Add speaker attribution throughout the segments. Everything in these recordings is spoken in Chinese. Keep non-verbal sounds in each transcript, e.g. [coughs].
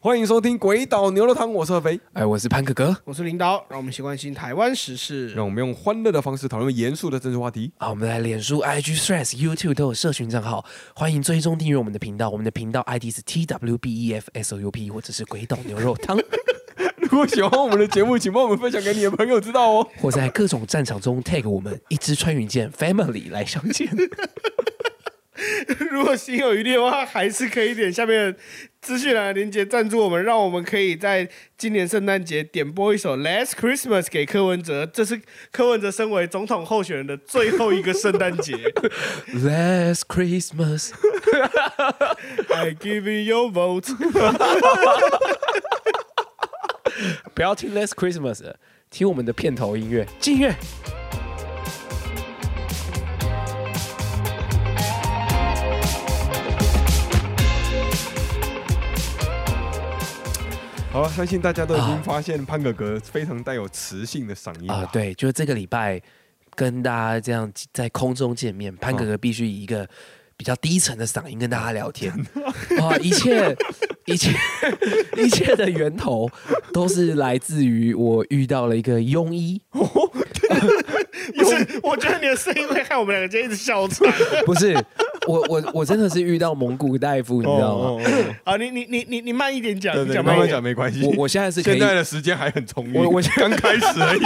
Speaker 1: 欢迎收听《鬼岛牛肉汤》，我是何肥，
Speaker 2: 哎，我是潘哥哥。
Speaker 3: 我是林导，让我们一起关心台湾时事。
Speaker 1: 让我们用欢乐的方式讨论严肃的政治话题。
Speaker 2: 好，我们在脸书、IG、Threads、YouTube 都有社群账号，欢迎追踪订阅我们的频道。我们的频道 ID 是 E TWBEFSOUP 或者是鬼岛牛肉汤，
Speaker 1: [laughs] 如果喜欢我们的节目，请帮我们分享给你的朋友知道哦。
Speaker 2: 或在各种战场中 tag 我们一支穿云箭 Family 来相见。
Speaker 3: [laughs] 如果心有余力的话，还是可以点下面的资讯栏的链接赞助我们，让我们可以在今年圣诞节点播一首《Last Christmas》给柯文哲。这是柯文哲身为总统候选人的最后一个圣诞
Speaker 1: [laughs]
Speaker 3: 节。
Speaker 2: Last Christmas，
Speaker 3: I give you your
Speaker 1: [laughs]
Speaker 3: vote。
Speaker 2: 不要听 Last Christmas，了听我们的片头音乐，进乐。
Speaker 1: 好了，相信大家都已经发现潘哥哥非常带有磁性的嗓音
Speaker 2: 啊、
Speaker 1: 了。
Speaker 2: 对，就是这个礼拜跟大家这样在空中见面，潘哥哥
Speaker 1: 嗯
Speaker 2: 必须以一个比较低沉的嗓音跟大家聊天。 [laughs] 啊，一切一切一切的源头都是来自于我遇到了一个庸医，
Speaker 3: 不是，我觉得你的声音会害我们两个今天一直
Speaker 1: [laughs]
Speaker 3: 笑场。
Speaker 2: 不是我我我真的是遇到蒙古大夫，你知道吗？
Speaker 1: 哦，
Speaker 2: [laughs]
Speaker 1: 哦
Speaker 3: 好，你你你你你慢一点讲，
Speaker 1: 对
Speaker 3: 你
Speaker 1: 对，
Speaker 3: 讲
Speaker 1: 慢
Speaker 3: 慢
Speaker 1: 慢
Speaker 3: 一点
Speaker 1: 讲。没关系。
Speaker 2: 我我现在是可
Speaker 1: 现
Speaker 2: 以，
Speaker 1: 在的时间还很充裕，
Speaker 2: 我我
Speaker 1: 刚开始
Speaker 2: [laughs]
Speaker 1: 而已。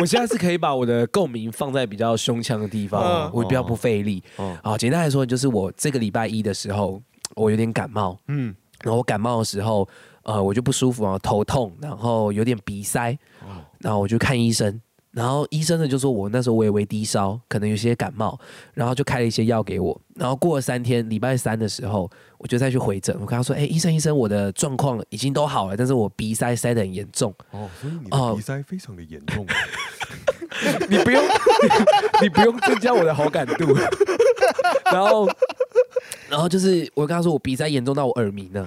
Speaker 2: 我现在是可以把我的共鸣放在比较胸腔的地方
Speaker 3: 嗯，
Speaker 2: 我比较不费力。
Speaker 1: 哦
Speaker 2: 好，简单来说，就是我这个礼拜一的时候，我有点感冒，
Speaker 1: 嗯，
Speaker 2: 然后我感冒的时候，呃，我就不舒服啊，头痛，然后有点鼻塞，
Speaker 1: 哦
Speaker 2: 然后我就看医生，然后医生呢就说我那时候微微低烧，可能有些感冒，然后就开了一些药给我，然后过了三天，礼拜三的时候，我就再去回诊，我跟他说，哎、医生医生，我的状况已经都好了，但是我鼻塞塞得很严重，
Speaker 1: 哦，所以你的
Speaker 2: 哦
Speaker 1: 鼻塞非常的严重。
Speaker 2: 你不用， [laughs] 你不用增加我的好感度。 [laughs] 然后，然后就是我跟他说我鼻塞严重到我耳鸣了，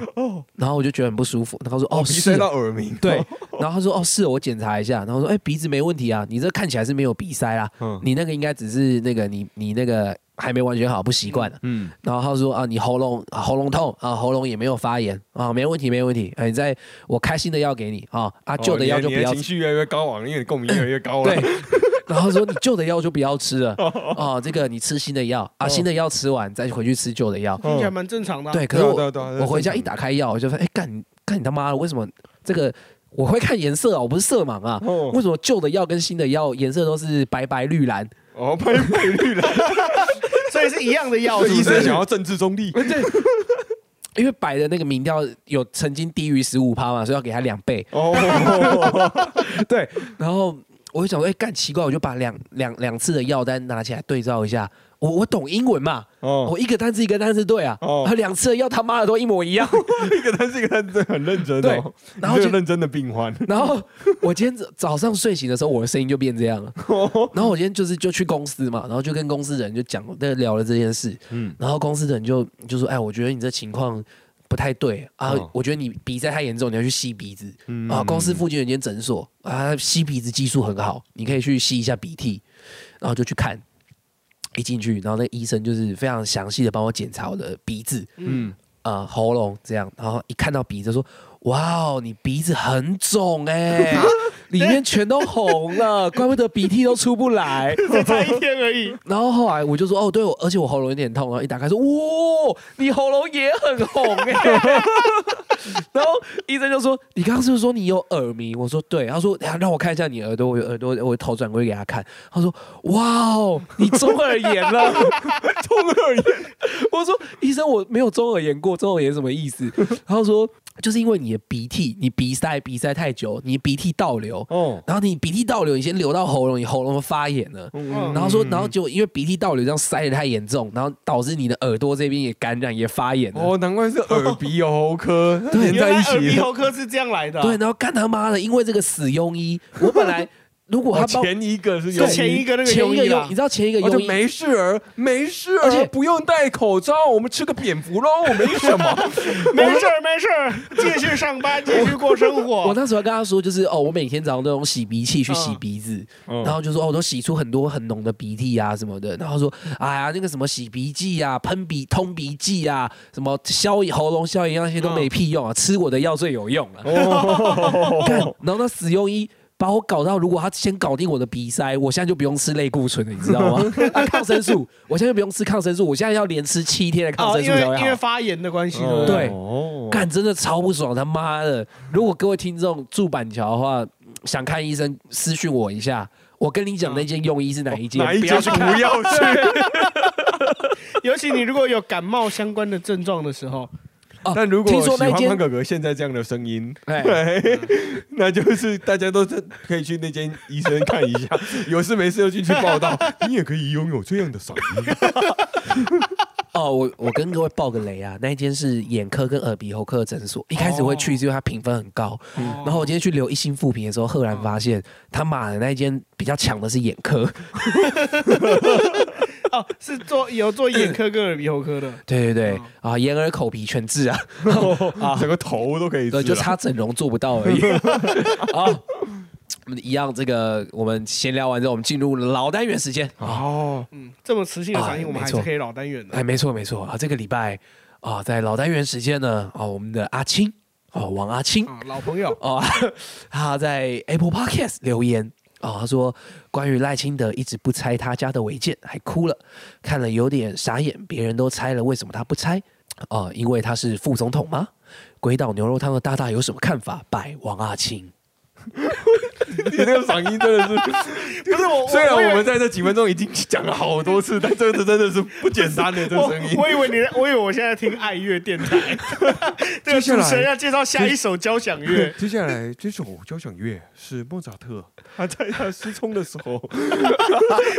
Speaker 2: 然后我就觉得很不舒服。然后他说哦，
Speaker 1: 哦鼻
Speaker 2: 是
Speaker 1: 塞
Speaker 2: 哦
Speaker 1: 到耳鸣。
Speaker 2: 对，然后他说哦是哦，我检查一下，然后说哎鼻子没问题啊，你这看起来是没有鼻塞啦，
Speaker 1: 嗯
Speaker 2: 你那个应该只是那个你你那个还没完全好，不习惯、啊。
Speaker 1: 嗯，
Speaker 2: 然后他说啊，你喉咙啊喉咙痛啊，喉咙也没有发炎啊，没问题没问题，哎，你在我开新的药给你啊啊，旧的
Speaker 1: 哦
Speaker 2: 药
Speaker 1: 你
Speaker 2: 就不
Speaker 1: 你的
Speaker 2: 要
Speaker 1: 情绪越来越高昂，因为你共鸣越来越高了。
Speaker 2: 对， [laughs] 然后说你旧的药就不要
Speaker 1: [laughs]
Speaker 2: 吃了哦，这个你吃新的药啊，新的药吃完再回去吃旧的药。
Speaker 3: 听起来蛮正常的啊、
Speaker 2: 对，可
Speaker 1: 哦对哦
Speaker 2: 是
Speaker 1: 啊，对啊
Speaker 2: 我
Speaker 1: 对啊，
Speaker 2: 我回家一打开药，我就发现，哎，干你干你他妈的，为什么这个我会看颜色啊？我不是色盲啊，
Speaker 1: 哦
Speaker 2: 为什么旧的药跟新的药颜色都是白白绿蓝？
Speaker 1: 哦，拍配绿了。
Speaker 3: 所以是一样的药，是
Speaker 1: 医
Speaker 3: 不
Speaker 1: 生
Speaker 3: 是？
Speaker 1: 想要政治中立，
Speaker 2: 因为白的那个民调有曾经低于十五趴嘛，所以要给他两倍。
Speaker 1: 哦，
Speaker 2: 对，然后我就想说，哎，干奇怪，我就把两两两次的药单拿起来对照一下。我我懂英文嘛，
Speaker 1: 哦 [laughs]
Speaker 2: 我一个单词一个单词对啊，
Speaker 1: 哦
Speaker 2: 他两次的药他妈的都一模一样。
Speaker 1: 一个他是一个他真的很认真
Speaker 2: 对
Speaker 1: 哦，
Speaker 2: 然后
Speaker 1: 你这
Speaker 2: 就
Speaker 1: 个认真的病患，
Speaker 2: 然后我今天早早上睡醒的时候，我的声音就变这样了。然后我今天就是就去公司嘛，然后就跟公司人就讲，那聊了这件事。
Speaker 1: 嗯
Speaker 2: 然后公司的人就就说：“哎，我觉得你这情况不太对啊，
Speaker 1: 哦
Speaker 2: 我觉得你鼻塞太严重，你要去吸鼻子、啊。公司附近有一间诊所啊，吸鼻子技术很好，你可以去吸一下鼻涕。”然后就去看，一进去，然后那医生就是非常详细的帮我检查我的鼻子，
Speaker 1: 嗯，
Speaker 2: 啊、喉咙这样，然后一看到鼻子说：“哇哦，你鼻子很肿哎、里面全都红了，怪不得鼻涕都出不来。
Speaker 3: [laughs] 才差一天而已。”
Speaker 2: 然后后来我就说：“哦，对，我而且我喉咙有点痛。”然后一打开说：“哇，你喉咙也很红哎、 [laughs] 然后医生就说：“你刚刚是不是说你有耳鸣？”我说：“对。”他说：“等一下让我看一下你耳朵，我有耳朵，我头转过去给他看。”他说：“哇哦，你中耳炎了。” [laughs]
Speaker 1: 中二炎，
Speaker 2: 我说医生，我没有中耳炎过，中耳炎什么意思？ [laughs] 然后说就是因为你的鼻涕，你鼻塞，鼻塞太久，你鼻涕倒流，
Speaker 1: 哦，
Speaker 2: 然后你鼻涕倒流，你先流到喉咙，你喉咙发炎了。
Speaker 3: 嗯
Speaker 2: 然后说，然后就因为鼻涕倒流这样塞的太严重，然后导致你的耳朵这边也感染也发炎了。
Speaker 1: 哦，难怪是耳鼻喉科连在一
Speaker 3: 原来耳
Speaker 1: 起
Speaker 3: 鼻
Speaker 1: 的，
Speaker 3: 喉科是这样来的啊、
Speaker 2: 对，然后干他妈的，因为这个死庸医，我本来如果
Speaker 1: 我
Speaker 2: 他帮
Speaker 1: 哦前一个是
Speaker 3: 就
Speaker 1: 有
Speaker 2: 对
Speaker 3: 哦前一个那啊个
Speaker 2: 前一
Speaker 3: 优衣
Speaker 2: 个
Speaker 3: 啦
Speaker 2: 优，你知道前一个
Speaker 3: 哦
Speaker 1: 我
Speaker 2: 优
Speaker 1: 就
Speaker 2: 衣
Speaker 1: 没事儿，没事儿，
Speaker 2: 而且
Speaker 1: 不用戴口罩，我们吃个蝙蝠肉，没什么。
Speaker 3: [laughs] 没事儿没事儿，继续上班，继续过生
Speaker 2: 我
Speaker 3: 活。
Speaker 2: 那时候跟他说，就是哦，我每天早上都用洗鼻器去洗鼻子，
Speaker 1: 嗯
Speaker 2: 然后就说哦，我都洗出很多很浓的鼻涕啊什么的。然后说，哎呀，那个什么洗鼻剂啊、喷鼻通鼻剂啊、什么消喉咙消炎药那些都没屁用啊，吃我的药最有用了、干，然后那死庸医。把我搞到，如果他先搞定我的鼻塞，我现在就不用吃类固醇了，你知道吗？啊、抗生素，我现在就不用吃抗生素，我现在要连吃七天的抗
Speaker 3: 哦，
Speaker 2: 生素
Speaker 3: 因
Speaker 2: 才会
Speaker 3: 为
Speaker 2: 好
Speaker 3: 因。为发炎的关系，
Speaker 1: 哦
Speaker 3: 不
Speaker 2: 对
Speaker 1: 哦
Speaker 2: 干真的超不爽，他妈的！如果各位听众住板桥的话，嗯想看医生私讯我一下，我跟你讲那间用医哦是哪一间，
Speaker 1: 哪一
Speaker 2: 不
Speaker 1: 间
Speaker 2: 要去
Speaker 1: 不
Speaker 2: 看。
Speaker 1: 要
Speaker 2: [laughs]
Speaker 1: 去？ [laughs]
Speaker 3: 尤其你如果有感冒相关的症状的时候，
Speaker 2: 哦
Speaker 1: 但如果
Speaker 2: 听说
Speaker 1: 喜
Speaker 2: 那
Speaker 1: 欢
Speaker 2: 间
Speaker 1: 潘哥哥现在这样的声音，
Speaker 2: 哎
Speaker 1: 对，那就是大家都是可以去那间医生看一
Speaker 2: [laughs]
Speaker 1: 下，有事没事就进去报道。你也可以拥有这样的嗓音，
Speaker 2: 哦，我我跟各位报个雷啊，那一间是眼科跟耳鼻喉科的诊所，一开始会去是因为它评分很高，
Speaker 3: 哦
Speaker 2: 然后我今天去留一星复评的时候，赫然发现他妈的那一间比较强的是眼科。
Speaker 3: 哦，是做有做眼科跟耳鼻喉科的，
Speaker 2: 对对对
Speaker 3: 嗯，
Speaker 2: 啊，眼耳口鼻全治啊，
Speaker 1: 整个头都可以治啊
Speaker 2: 对，就
Speaker 1: 了
Speaker 2: 差整容做不到而已。好，我们一样，这个我们闲聊完之后，我们进入老单元时间啊。
Speaker 1: 哦，
Speaker 3: 嗯，这么磁性的嗓音，
Speaker 2: 啊
Speaker 3: 我们还
Speaker 2: 没
Speaker 3: 是
Speaker 2: 错
Speaker 3: 可以老单元的。
Speaker 2: 哎，没错没错啊，这个礼拜啊，在老单元时间呢，啊，我们的阿青哦，王阿青
Speaker 3: 啊，老朋友，
Speaker 2: [laughs] 哦，他在 Apple Podcast 留言哦，他说关于赖清德一直不拆他家的违建，还哭了，看了有点傻眼，别人都拆了，为什么他不拆？哦，因为他是副总统吗？鬼岛牛肉汤的大大有什么看法？拜王阿青。
Speaker 1: 你那个嗓音真的是，
Speaker 3: 不是我，
Speaker 1: 虽然
Speaker 3: 以为
Speaker 1: 我们在这几分钟已经讲了好多次，但这次真的是不简单的这个
Speaker 3: 我
Speaker 1: 声音。
Speaker 3: 我以为你在，我以为我现在听爱乐电台，这
Speaker 1: 接
Speaker 3: 个
Speaker 1: 下
Speaker 3: 主
Speaker 1: 来。
Speaker 3: 持人要介绍下一首交响乐
Speaker 1: 接下来这首交响乐是莫扎特，他在他失聪的时候，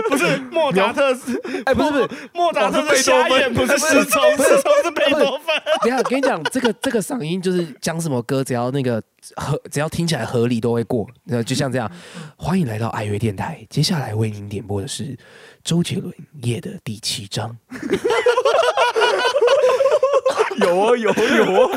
Speaker 3: 不是莫扎特是，
Speaker 2: 哎，不是不是，
Speaker 3: 莫扎特
Speaker 1: 哦
Speaker 3: 是
Speaker 1: 是贝多
Speaker 3: 瞎
Speaker 1: 芬
Speaker 3: 眼，不是失聪，失聪是贝多芬。
Speaker 2: [laughs] 等一下，跟你讲，这个这个嗓音就是讲什么歌，只要那个合，只要听起来合理都会过。那就像这样，欢迎来到爱乐电台。接下来为您点播的是周杰伦《夜》的第七章。
Speaker 1: 有哦有哦有
Speaker 2: [laughs]
Speaker 1: 哦。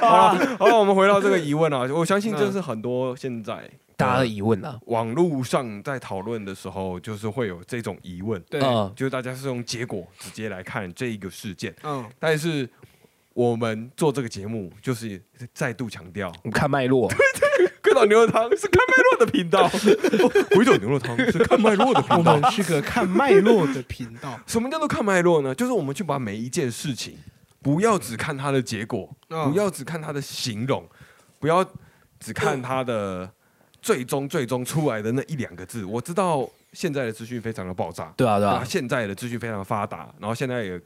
Speaker 1: 好了，好了，我们回到这个疑问啊，我相信这是很多现在
Speaker 2: 大家的疑问啊啦，
Speaker 1: 网络上在讨论的时候，就是会有这种疑问，啊
Speaker 3: 对
Speaker 2: 嗯，
Speaker 1: 就是大家是用结果直接来看这一个事件，
Speaker 3: 嗯，
Speaker 1: 但是我们做这个节目就是再度强 [laughs] 调，
Speaker 2: 我们看脉络。
Speaker 1: 鬼岛牛肉汤是看脉络的频 [laughs] 道，鬼岛牛肉汤是看脉络的
Speaker 3: [laughs] 我
Speaker 1: 频道
Speaker 3: 们。是个看脉络的频道。
Speaker 1: 什么叫做看脉络呢？就是我们去把每一件事情，不要只看它的结果，
Speaker 3: 嗯
Speaker 1: 不要只看它的形容，不要只看它的最终最终出来的那一两个字。我知道现在的资讯非常的爆炸，
Speaker 2: 对啊，对
Speaker 1: 吧？
Speaker 2: 啊，
Speaker 1: 现在的资讯非常发达，然后现在也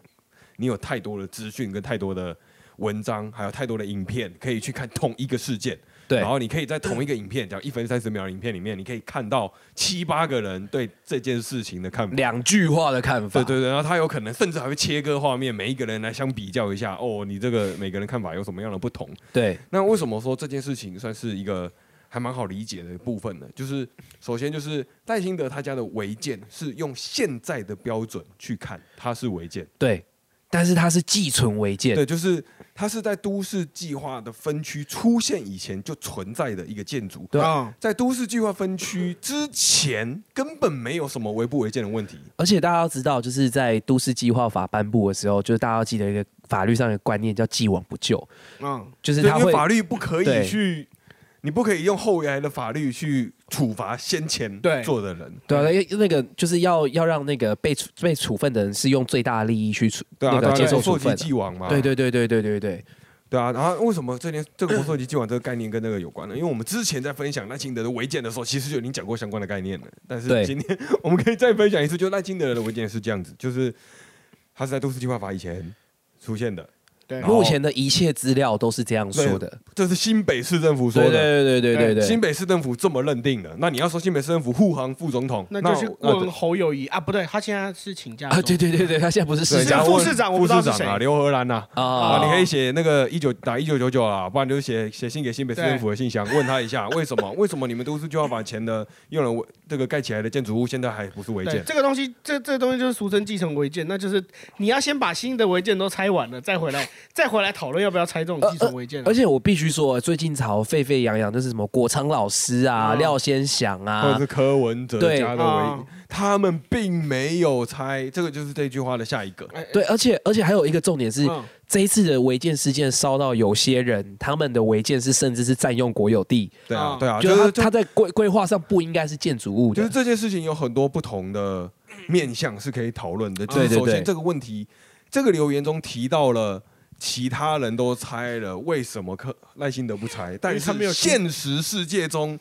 Speaker 1: 你有太多的资讯跟太多的文章，还有太多的影片可以去看同一个事件。
Speaker 2: 对
Speaker 1: 然，后你可以在同一个影片，讲一分三十秒的影片里面，你可以看到七八个人对这件事情的看法。
Speaker 2: 两句话的看法。
Speaker 1: 对对对，然后他有可能甚至还会切割画面，每一个人来相比较一下，哦，你这个每个人看法有什么样的不同？
Speaker 2: 对，
Speaker 1: 那为什么说这件事情算是一个还蛮好理解的部分呢？就是首先就是戴兴德他家的违建是用现在的标准去看，它是违建，
Speaker 2: 对，但是它是寄存违建。
Speaker 1: 对，就是它是在都市计划的分区出现以前就存在的一个建筑。
Speaker 2: 对
Speaker 3: 啊，
Speaker 1: 在都市计划分区之前，根本没有什么违不违建的问题。
Speaker 2: 而且大家要知道，就是在都市计划法颁布的时候，就是大家要记得一个法律上的观念，叫既往不咎，
Speaker 3: [laughs] 嗯，
Speaker 2: 就是
Speaker 1: 对
Speaker 2: 它
Speaker 1: 因为
Speaker 2: 会
Speaker 1: 法律不可
Speaker 2: 对
Speaker 1: 以去，你不可以用后来的法律去处罚先前
Speaker 3: 对
Speaker 1: 做的人。
Speaker 2: 对啊，因为那个就是要要让那个被处被处分的人是用最大的利益去处
Speaker 1: 对啊，
Speaker 2: 那
Speaker 1: 对
Speaker 2: 个
Speaker 1: 啊，
Speaker 2: 接受
Speaker 1: 溯
Speaker 2: 处
Speaker 1: 及
Speaker 2: 分的。
Speaker 1: 既往嘛。
Speaker 2: 对对对对对对对，
Speaker 1: 对啊，然后为什么这件这个国溯及既往这个概念跟那个有关呢？因为我们之前在分享赖清德的违建的时候，其实就已经讲过相关的概念了。但是
Speaker 2: 对
Speaker 1: 今天 [laughs] 我们可以再分享一次，就赖清德的违建是这样子，就是他是在都市计划法以前出现的，
Speaker 3: 对
Speaker 1: 然后
Speaker 2: 目前的一切资料都是这样说的。
Speaker 1: 这是新北市政府说
Speaker 2: 对
Speaker 1: 的。
Speaker 2: 对对对对对
Speaker 1: 新
Speaker 2: 对，
Speaker 1: 北市政府这么认定的，那你要说新北市政府护航副总统，
Speaker 3: 那就去
Speaker 1: 那呃
Speaker 3: 问侯友谊啊，不对，他现在是请假
Speaker 2: 啊，对对对对，他现在不是市
Speaker 1: 对
Speaker 3: 是
Speaker 1: 假
Speaker 2: 长
Speaker 1: 如
Speaker 3: 副市长我
Speaker 1: 副
Speaker 3: 不知道
Speaker 1: 市
Speaker 3: 是
Speaker 1: 长啊，
Speaker 3: 谁哦
Speaker 1: 刘荷兰呐，啊，
Speaker 2: 啊
Speaker 1: 你可以写那个一九打一九九九啊，不然就写写信给新北市政府的信箱，问他一下为什么为什么你们都市计划法前的用了违这个盖起来的建筑物现在还不是违
Speaker 3: 对，
Speaker 1: 建？
Speaker 3: 这个东西，这这东西就是俗称继承违建，那就是你要先把新的违建都拆完了，再回来， [laughs] 再回来讨论要不要拆这种继承违建啊、
Speaker 2: 而且我必须说，最近炒沸沸扬扬，就是什么国昌老师啊、
Speaker 3: 嗯
Speaker 2: 廖先祥
Speaker 1: 或者
Speaker 2: 啊
Speaker 1: 是，柯文哲
Speaker 2: 对
Speaker 1: 家的
Speaker 3: 啊
Speaker 1: 违，他们并没有拆，这个就是这句话的下一个。
Speaker 3: 哎
Speaker 2: 对，而且而且还有一个重点是，
Speaker 3: 嗯
Speaker 2: 这一次的违建事件烧到有些人，他们的违建是甚至是占用国有地，
Speaker 1: 对啊
Speaker 3: 啊，
Speaker 1: 对啊，
Speaker 2: 就
Speaker 1: 就是
Speaker 2: 他
Speaker 1: 是
Speaker 2: 他在规规划上不应该是建筑物
Speaker 1: 就是
Speaker 2: 的。
Speaker 1: 这件事情有很多不同的面向是可以讨论的。就是
Speaker 2: 对对
Speaker 1: 首先
Speaker 2: 对
Speaker 1: 这个问题，这个留言中提到了其他人都拆了，为什么克赖幸德不拆？但
Speaker 3: 他没
Speaker 1: 是
Speaker 3: 有
Speaker 1: 现实世界中，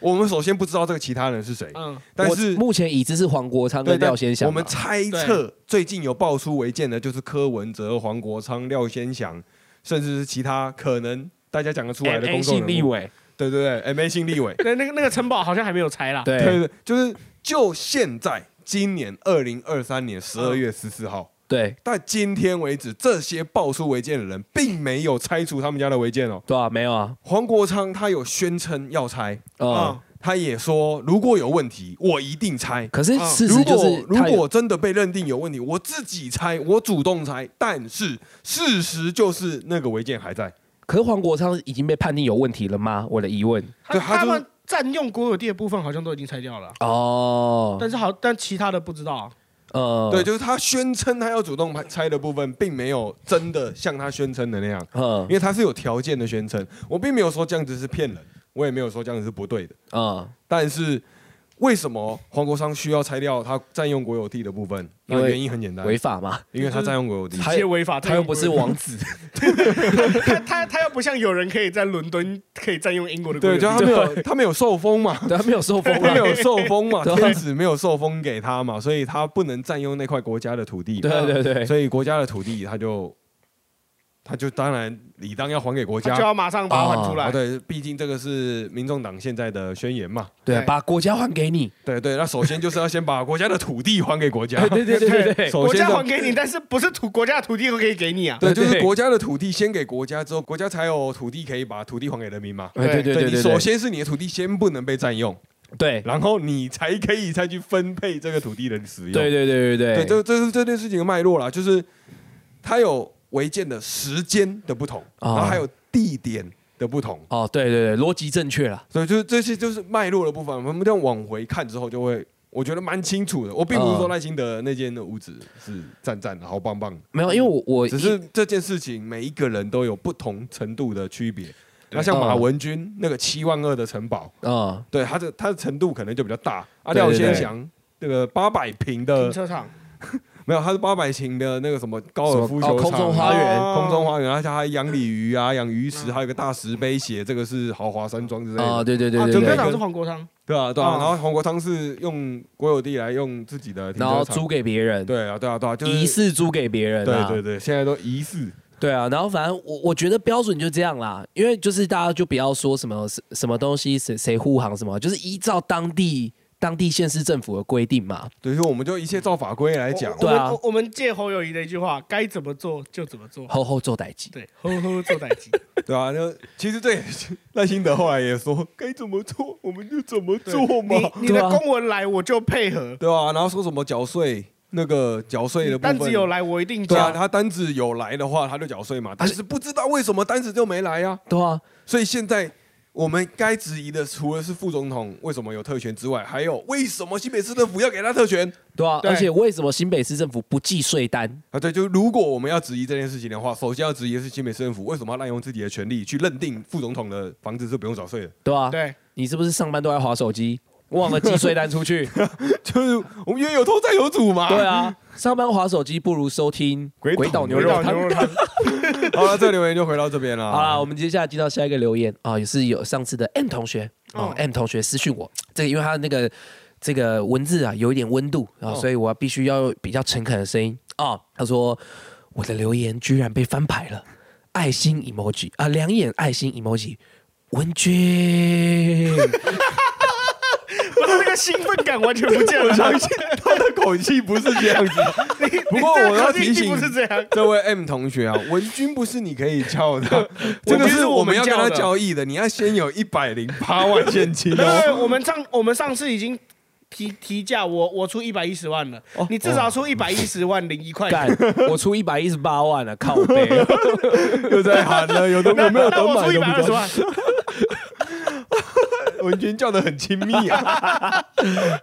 Speaker 1: 我们首先不知道这个其他人是谁，
Speaker 3: 嗯，
Speaker 1: 但
Speaker 2: 我
Speaker 1: 是
Speaker 2: 目前已知是黄国昌
Speaker 1: 对
Speaker 2: 跟
Speaker 1: 但
Speaker 2: 廖先祥嘛，啊
Speaker 1: 我们猜测最近有爆出违建的，就是柯文哲、黄国昌、廖先祥，甚至是其他可能大家讲得出来的
Speaker 2: MA
Speaker 1: 公众人物
Speaker 2: 姓哎立，
Speaker 3: [laughs]
Speaker 2: 委，
Speaker 1: 对对对，M A 姓立委，
Speaker 3: 那那个那个城堡好像还没有拆啦。，
Speaker 1: 对
Speaker 2: 对
Speaker 1: 对，就是就现在，今年二零二三年十二月十四号，
Speaker 2: 对
Speaker 1: 到今天为止，这些爆出违建的人并没有拆除他们家的违建哦。
Speaker 2: 对啊，没有啊，
Speaker 1: 黄国昌他有宣称要拆，
Speaker 2: 嗯
Speaker 3: 嗯，，
Speaker 1: 他也说如果有问题，我一定拆。
Speaker 2: 可是
Speaker 3: 嗯
Speaker 2: 事
Speaker 1: 如
Speaker 2: 实就
Speaker 1: 果
Speaker 2: 是
Speaker 1: 如
Speaker 2: 他有
Speaker 1: 果真的被认定有问题，我自己拆，我主动拆。但是事实就是那个违建还在，
Speaker 2: 可是黄国昌已经被判定有问题了吗？我的疑问
Speaker 3: 他
Speaker 1: 对他
Speaker 3: 他
Speaker 1: 就是
Speaker 3: 们占用国有地的部分好像都已经拆掉了，
Speaker 2: 哦，
Speaker 3: 但是好，但其他的不知道啊。
Speaker 2: 呃
Speaker 1: 对，，就是他宣称他要主动拆的部分，并没有真的像他宣称的那样。
Speaker 2: 嗯
Speaker 1: 因为他是有条件的宣称，我并没有说这样子是骗人，我也没有说这样子是不对的。
Speaker 2: 嗯，
Speaker 1: 但是为什么黄国昌需要拆掉他占用国有地的部分？
Speaker 2: 因
Speaker 1: 那
Speaker 2: 为
Speaker 1: 原因很简单，
Speaker 2: 违法嘛，
Speaker 1: 因为他占用国有地
Speaker 3: 直。
Speaker 2: 他
Speaker 3: 接违法，
Speaker 2: 他又不是王子，
Speaker 3: [laughs] 他他他又不像有人可以在伦敦可以占用英国的国有
Speaker 1: 对，就
Speaker 3: 地
Speaker 1: 他没有他没有受封嘛，
Speaker 2: 对他没有受风
Speaker 1: [laughs] 他
Speaker 2: 啊
Speaker 1: 没，有受封嘛，
Speaker 2: 对
Speaker 1: 天子没有受封给他嘛，所以他不能占用那块国家的土地嘛。
Speaker 2: 对对对，
Speaker 1: 所以国家的土地他就他就当然理当要还给国
Speaker 3: 他
Speaker 1: 家
Speaker 3: 就。要马上把它还出
Speaker 1: 啊，
Speaker 3: 来。
Speaker 1: 对，毕竟这个是民众党现在的宣言嘛。
Speaker 2: 对
Speaker 3: 对
Speaker 2: 把国家还给你，
Speaker 1: 对对，那首先就是要先把国家的土地还给国家
Speaker 2: 对。
Speaker 1: [laughs]
Speaker 2: 对对对对，
Speaker 1: 首
Speaker 3: 国
Speaker 1: 先
Speaker 3: 家
Speaker 1: 呢
Speaker 3: 还给你，但是不是土国家的土地都可以给你啊？
Speaker 1: 对，就
Speaker 2: 对
Speaker 1: 是
Speaker 2: 对
Speaker 1: 国家的土地先给国家，之后国家才有土地可以把土地还给人民嘛。
Speaker 2: 哎对对对
Speaker 1: 你
Speaker 2: 对，
Speaker 1: 首
Speaker 2: 对
Speaker 1: 先是你的土地先不能被占用，
Speaker 2: 对
Speaker 1: 然后你才可以再去分配这个土地的使用。
Speaker 2: 对对对对
Speaker 1: 对，这这是这件事情的脉络啦，就是它有违建的时间的不同，
Speaker 2: 啊
Speaker 1: 然后还有地点的不同，
Speaker 2: 哦对对对，逻辑正确了，
Speaker 1: 所以就是这些就是脉络的部分。我们这样往回看之后，就会我觉得蛮清楚的。我并不是说
Speaker 2: 嗯
Speaker 1: 赖清德那间的屋子是赞赞的，好棒棒的。
Speaker 2: 没有，因为我我
Speaker 1: 只是这件事情，每一个人都有不同程度的区别。那像
Speaker 2: 嗯
Speaker 1: 马文君那个七万二的城堡，
Speaker 2: 嗯
Speaker 1: 对它的它的程度可能就比较大。啊，
Speaker 2: 对对
Speaker 1: 廖
Speaker 2: 对
Speaker 1: 先祥那个八百平
Speaker 3: 停
Speaker 1: 的
Speaker 3: 车场，
Speaker 1: 没有，它是八百平的那个什么高尔夫
Speaker 2: 什么
Speaker 1: 球场、啊
Speaker 2: 哦空中花园嗯
Speaker 3: 哦
Speaker 1: 空中花园，而且还养鲤鱼啊，养鱼池，还有一个大石碑写这个是豪华山庄之类
Speaker 2: 啊
Speaker 1: 的。
Speaker 2: 对对对
Speaker 3: 啊
Speaker 2: 对
Speaker 3: 停车
Speaker 2: 对
Speaker 1: 个
Speaker 2: 对，
Speaker 3: 场是黄国昌，
Speaker 1: 对啊，对啊。
Speaker 3: 嗯
Speaker 1: 然后黄国昌是用国有地来用自己的停
Speaker 2: 然后
Speaker 1: 车场
Speaker 2: 租，给别人，
Speaker 1: 对啊，对啊，对啊，就
Speaker 2: 疑
Speaker 1: 是
Speaker 2: 似租给别人
Speaker 1: 对
Speaker 2: 啊，
Speaker 1: 对对，现在都疑似。
Speaker 2: 对啊，然后反正我我觉得标准就这样啦，因为就是大家就不要说什么什什么东西谁谁护航什么，就是依照当地当地县市政府的规定嘛。
Speaker 1: 对，所以我们就一切照法规来讲
Speaker 3: 我。
Speaker 2: 对啊
Speaker 3: 我们我们借侯友谊的一句话，该怎么做就怎么做。
Speaker 2: 吼吼做代级，
Speaker 3: 对，呵呵做代
Speaker 1: [laughs]
Speaker 3: 机。
Speaker 1: 对啊，就其实这也是赖幸德后来也说，该怎么做我们就怎么做啊嘛，
Speaker 3: 你
Speaker 2: 啊
Speaker 3: 你的公文来我就配合，
Speaker 1: 对啊，然后说什么缴税，那个缴税的部分，
Speaker 3: 单子有来啊我一定
Speaker 1: 对啊，
Speaker 3: 交。
Speaker 1: 他单子有来的话，他就缴税嘛。但是不知道为什么单子就没来啊，
Speaker 2: 对啊，
Speaker 1: 所以现在我们该质疑的，除了是副总统为什么有特权之外，还有为什么新北市政府要给他特权
Speaker 2: 对啊，
Speaker 3: 对
Speaker 2: 而且为什么新北市政府不计税单？
Speaker 1: 啊？对，就是如果我们要质疑这件事情的话，首先要质疑的是新北市政府为什么要滥用自己的权利去认定副总统的房子是不用缴税的。 [laughs]
Speaker 2: 对啊，
Speaker 3: 对，
Speaker 2: 你是不是上班都在划手机，忘了寄税单
Speaker 1: [laughs]
Speaker 2: 出去？
Speaker 1: 就是我们冤有头债有主嘛。
Speaker 2: 对啊，上班划手机不如收听
Speaker 1: 鬼
Speaker 2: 《
Speaker 1: 岛
Speaker 2: 鬼岛牛
Speaker 1: 鬼
Speaker 2: 肉
Speaker 1: 岛
Speaker 2: 汤》。
Speaker 1: [laughs]
Speaker 3: 汤。
Speaker 1: 好了，这个留言就回到这边了。
Speaker 2: 好啦，我们接下来接到下一个留言啊，也是有上次的 M 同学啊、
Speaker 3: 哦
Speaker 2: m 同学私讯我，这个因为他那个这个文字啊有一点温度啊，
Speaker 1: 哦
Speaker 2: 哦所以我必须要有比较诚恳的声音啊。他说我的留言居然被翻牌了，爱心 emoji 啊、两眼爱心 emoji，文君，
Speaker 3: 我的那个兴奋感完全不见了。
Speaker 1: 他的口气不是这 [laughs] 样子。
Speaker 3: 你
Speaker 1: 不过
Speaker 3: 你这
Speaker 1: 我
Speaker 3: 个
Speaker 1: 要
Speaker 3: 口径
Speaker 1: 提
Speaker 3: 一定
Speaker 1: 醒
Speaker 3: 不是这样。
Speaker 1: 这位 M 同学啊，文君不是你可以叫的，这个
Speaker 3: 文君
Speaker 1: 是 [laughs]
Speaker 3: 是
Speaker 1: 我
Speaker 3: 我
Speaker 1: 们
Speaker 3: 们
Speaker 1: 要跟他
Speaker 3: 叫的
Speaker 1: 交易的，你要先有一百 [laughs] 零八万现金哦。
Speaker 3: 对，我们上我们上次已经提提价，我我出一百一十万了，
Speaker 1: 哦
Speaker 3: 你至少出一百一十万零一块钱。 [laughs]
Speaker 2: 干，我出一百一十八万了、靠背，
Speaker 1: 又在喊了，有的有没有
Speaker 3: [laughs] 那
Speaker 1: 得
Speaker 3: 我
Speaker 1: 买
Speaker 3: 出一
Speaker 1: 都
Speaker 3: 百
Speaker 1: 不
Speaker 3: 二
Speaker 1: 知
Speaker 3: 十
Speaker 1: 道。
Speaker 3: 万，
Speaker 1: 文君叫的很亲密啊，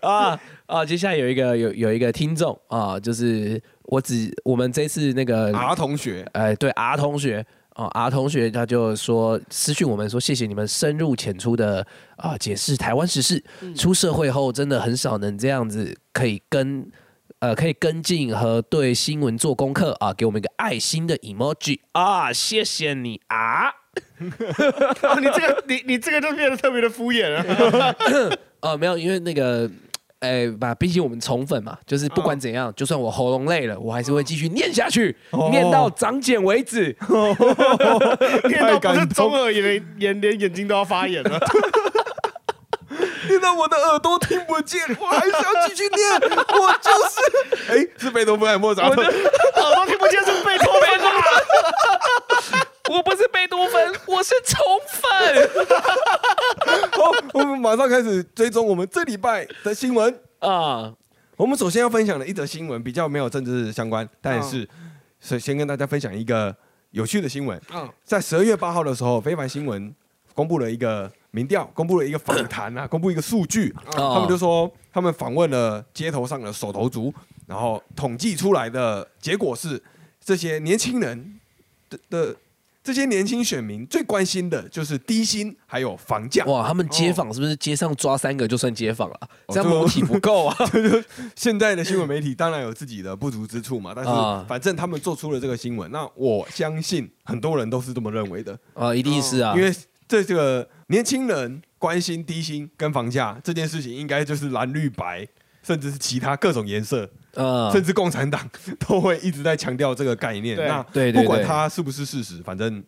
Speaker 2: 啊啊！接下来有一个有有一个听众啊，就是我只我们这次那
Speaker 1: [laughs]
Speaker 2: 个
Speaker 1: 啊同学， [laughs]
Speaker 2: 呃，对 R 同学哦，R 同学他就说私讯我们说，谢谢你们深入浅出的啊、解释台湾时事。出社会后真的很少能这样子可以跟呃可以跟进和对新闻做功课啊，给我们一个爱心的 emoji 啊，谢谢你啊。
Speaker 3: [laughs] 哦你这个你你这个就变得特别的
Speaker 1: [laughs]
Speaker 3: 敷衍了。
Speaker 2: 呃，没有，因为那个。哎，吧，毕竟我们宠粉嘛，就是不管怎样，就算我喉咙累了，我还是会继续念下去，念到长茧为止。
Speaker 3: 念到
Speaker 1: 感
Speaker 3: 不是
Speaker 1: 动
Speaker 3: 中
Speaker 1: [laughs]
Speaker 3: 耳炎，眼连眼睛都要发炎了。
Speaker 1: 念到我的耳朵听不见，我还想继续念，我 [laughs] 就是，哎，是贝多芬还是莫扎特？
Speaker 3: 耳朵听不见是被偷分啦。
Speaker 2: 我不是贝多芬，我是宠粉
Speaker 1: 好，我们马上开始追踪我们这礼拜的新闻。
Speaker 2: 啊！
Speaker 1: 我们首先要分享的一则新闻比较没有政治相关，但是首先跟大家分享一个有趣的新闻。
Speaker 3: 嗯
Speaker 1: 在十二月八号的时候，非凡新闻公布了一个民调，公布了一个访谈啊，公布一个数据，
Speaker 2: 哦
Speaker 1: 他们就说他们访问了街头上的手头族，然后统计出来的结果是，这些年轻人的的这些年轻选民最关心的就是低薪还有房价。
Speaker 2: 哇，他们街访是不是街上抓三个就算街访了？
Speaker 1: 哦
Speaker 2: 这样
Speaker 1: 这个
Speaker 2: 母体不够啊！
Speaker 1: [laughs] 现在的新闻媒体当然有自己的不足之处嘛，但
Speaker 2: 啊
Speaker 1: 是反正他们做出了这个新闻，那我相信很多人都是这么认为的，
Speaker 2: 啊，一定是啊
Speaker 1: 因，为这这个年轻人关心低薪跟房价这件事情，应该就是蓝绿白，甚至是其他各种颜色，
Speaker 2: 嗯
Speaker 1: 甚至共产党都会一直在强调这个概念。
Speaker 3: 对
Speaker 1: 那
Speaker 2: 对对对
Speaker 1: 不管它是不是事实，反正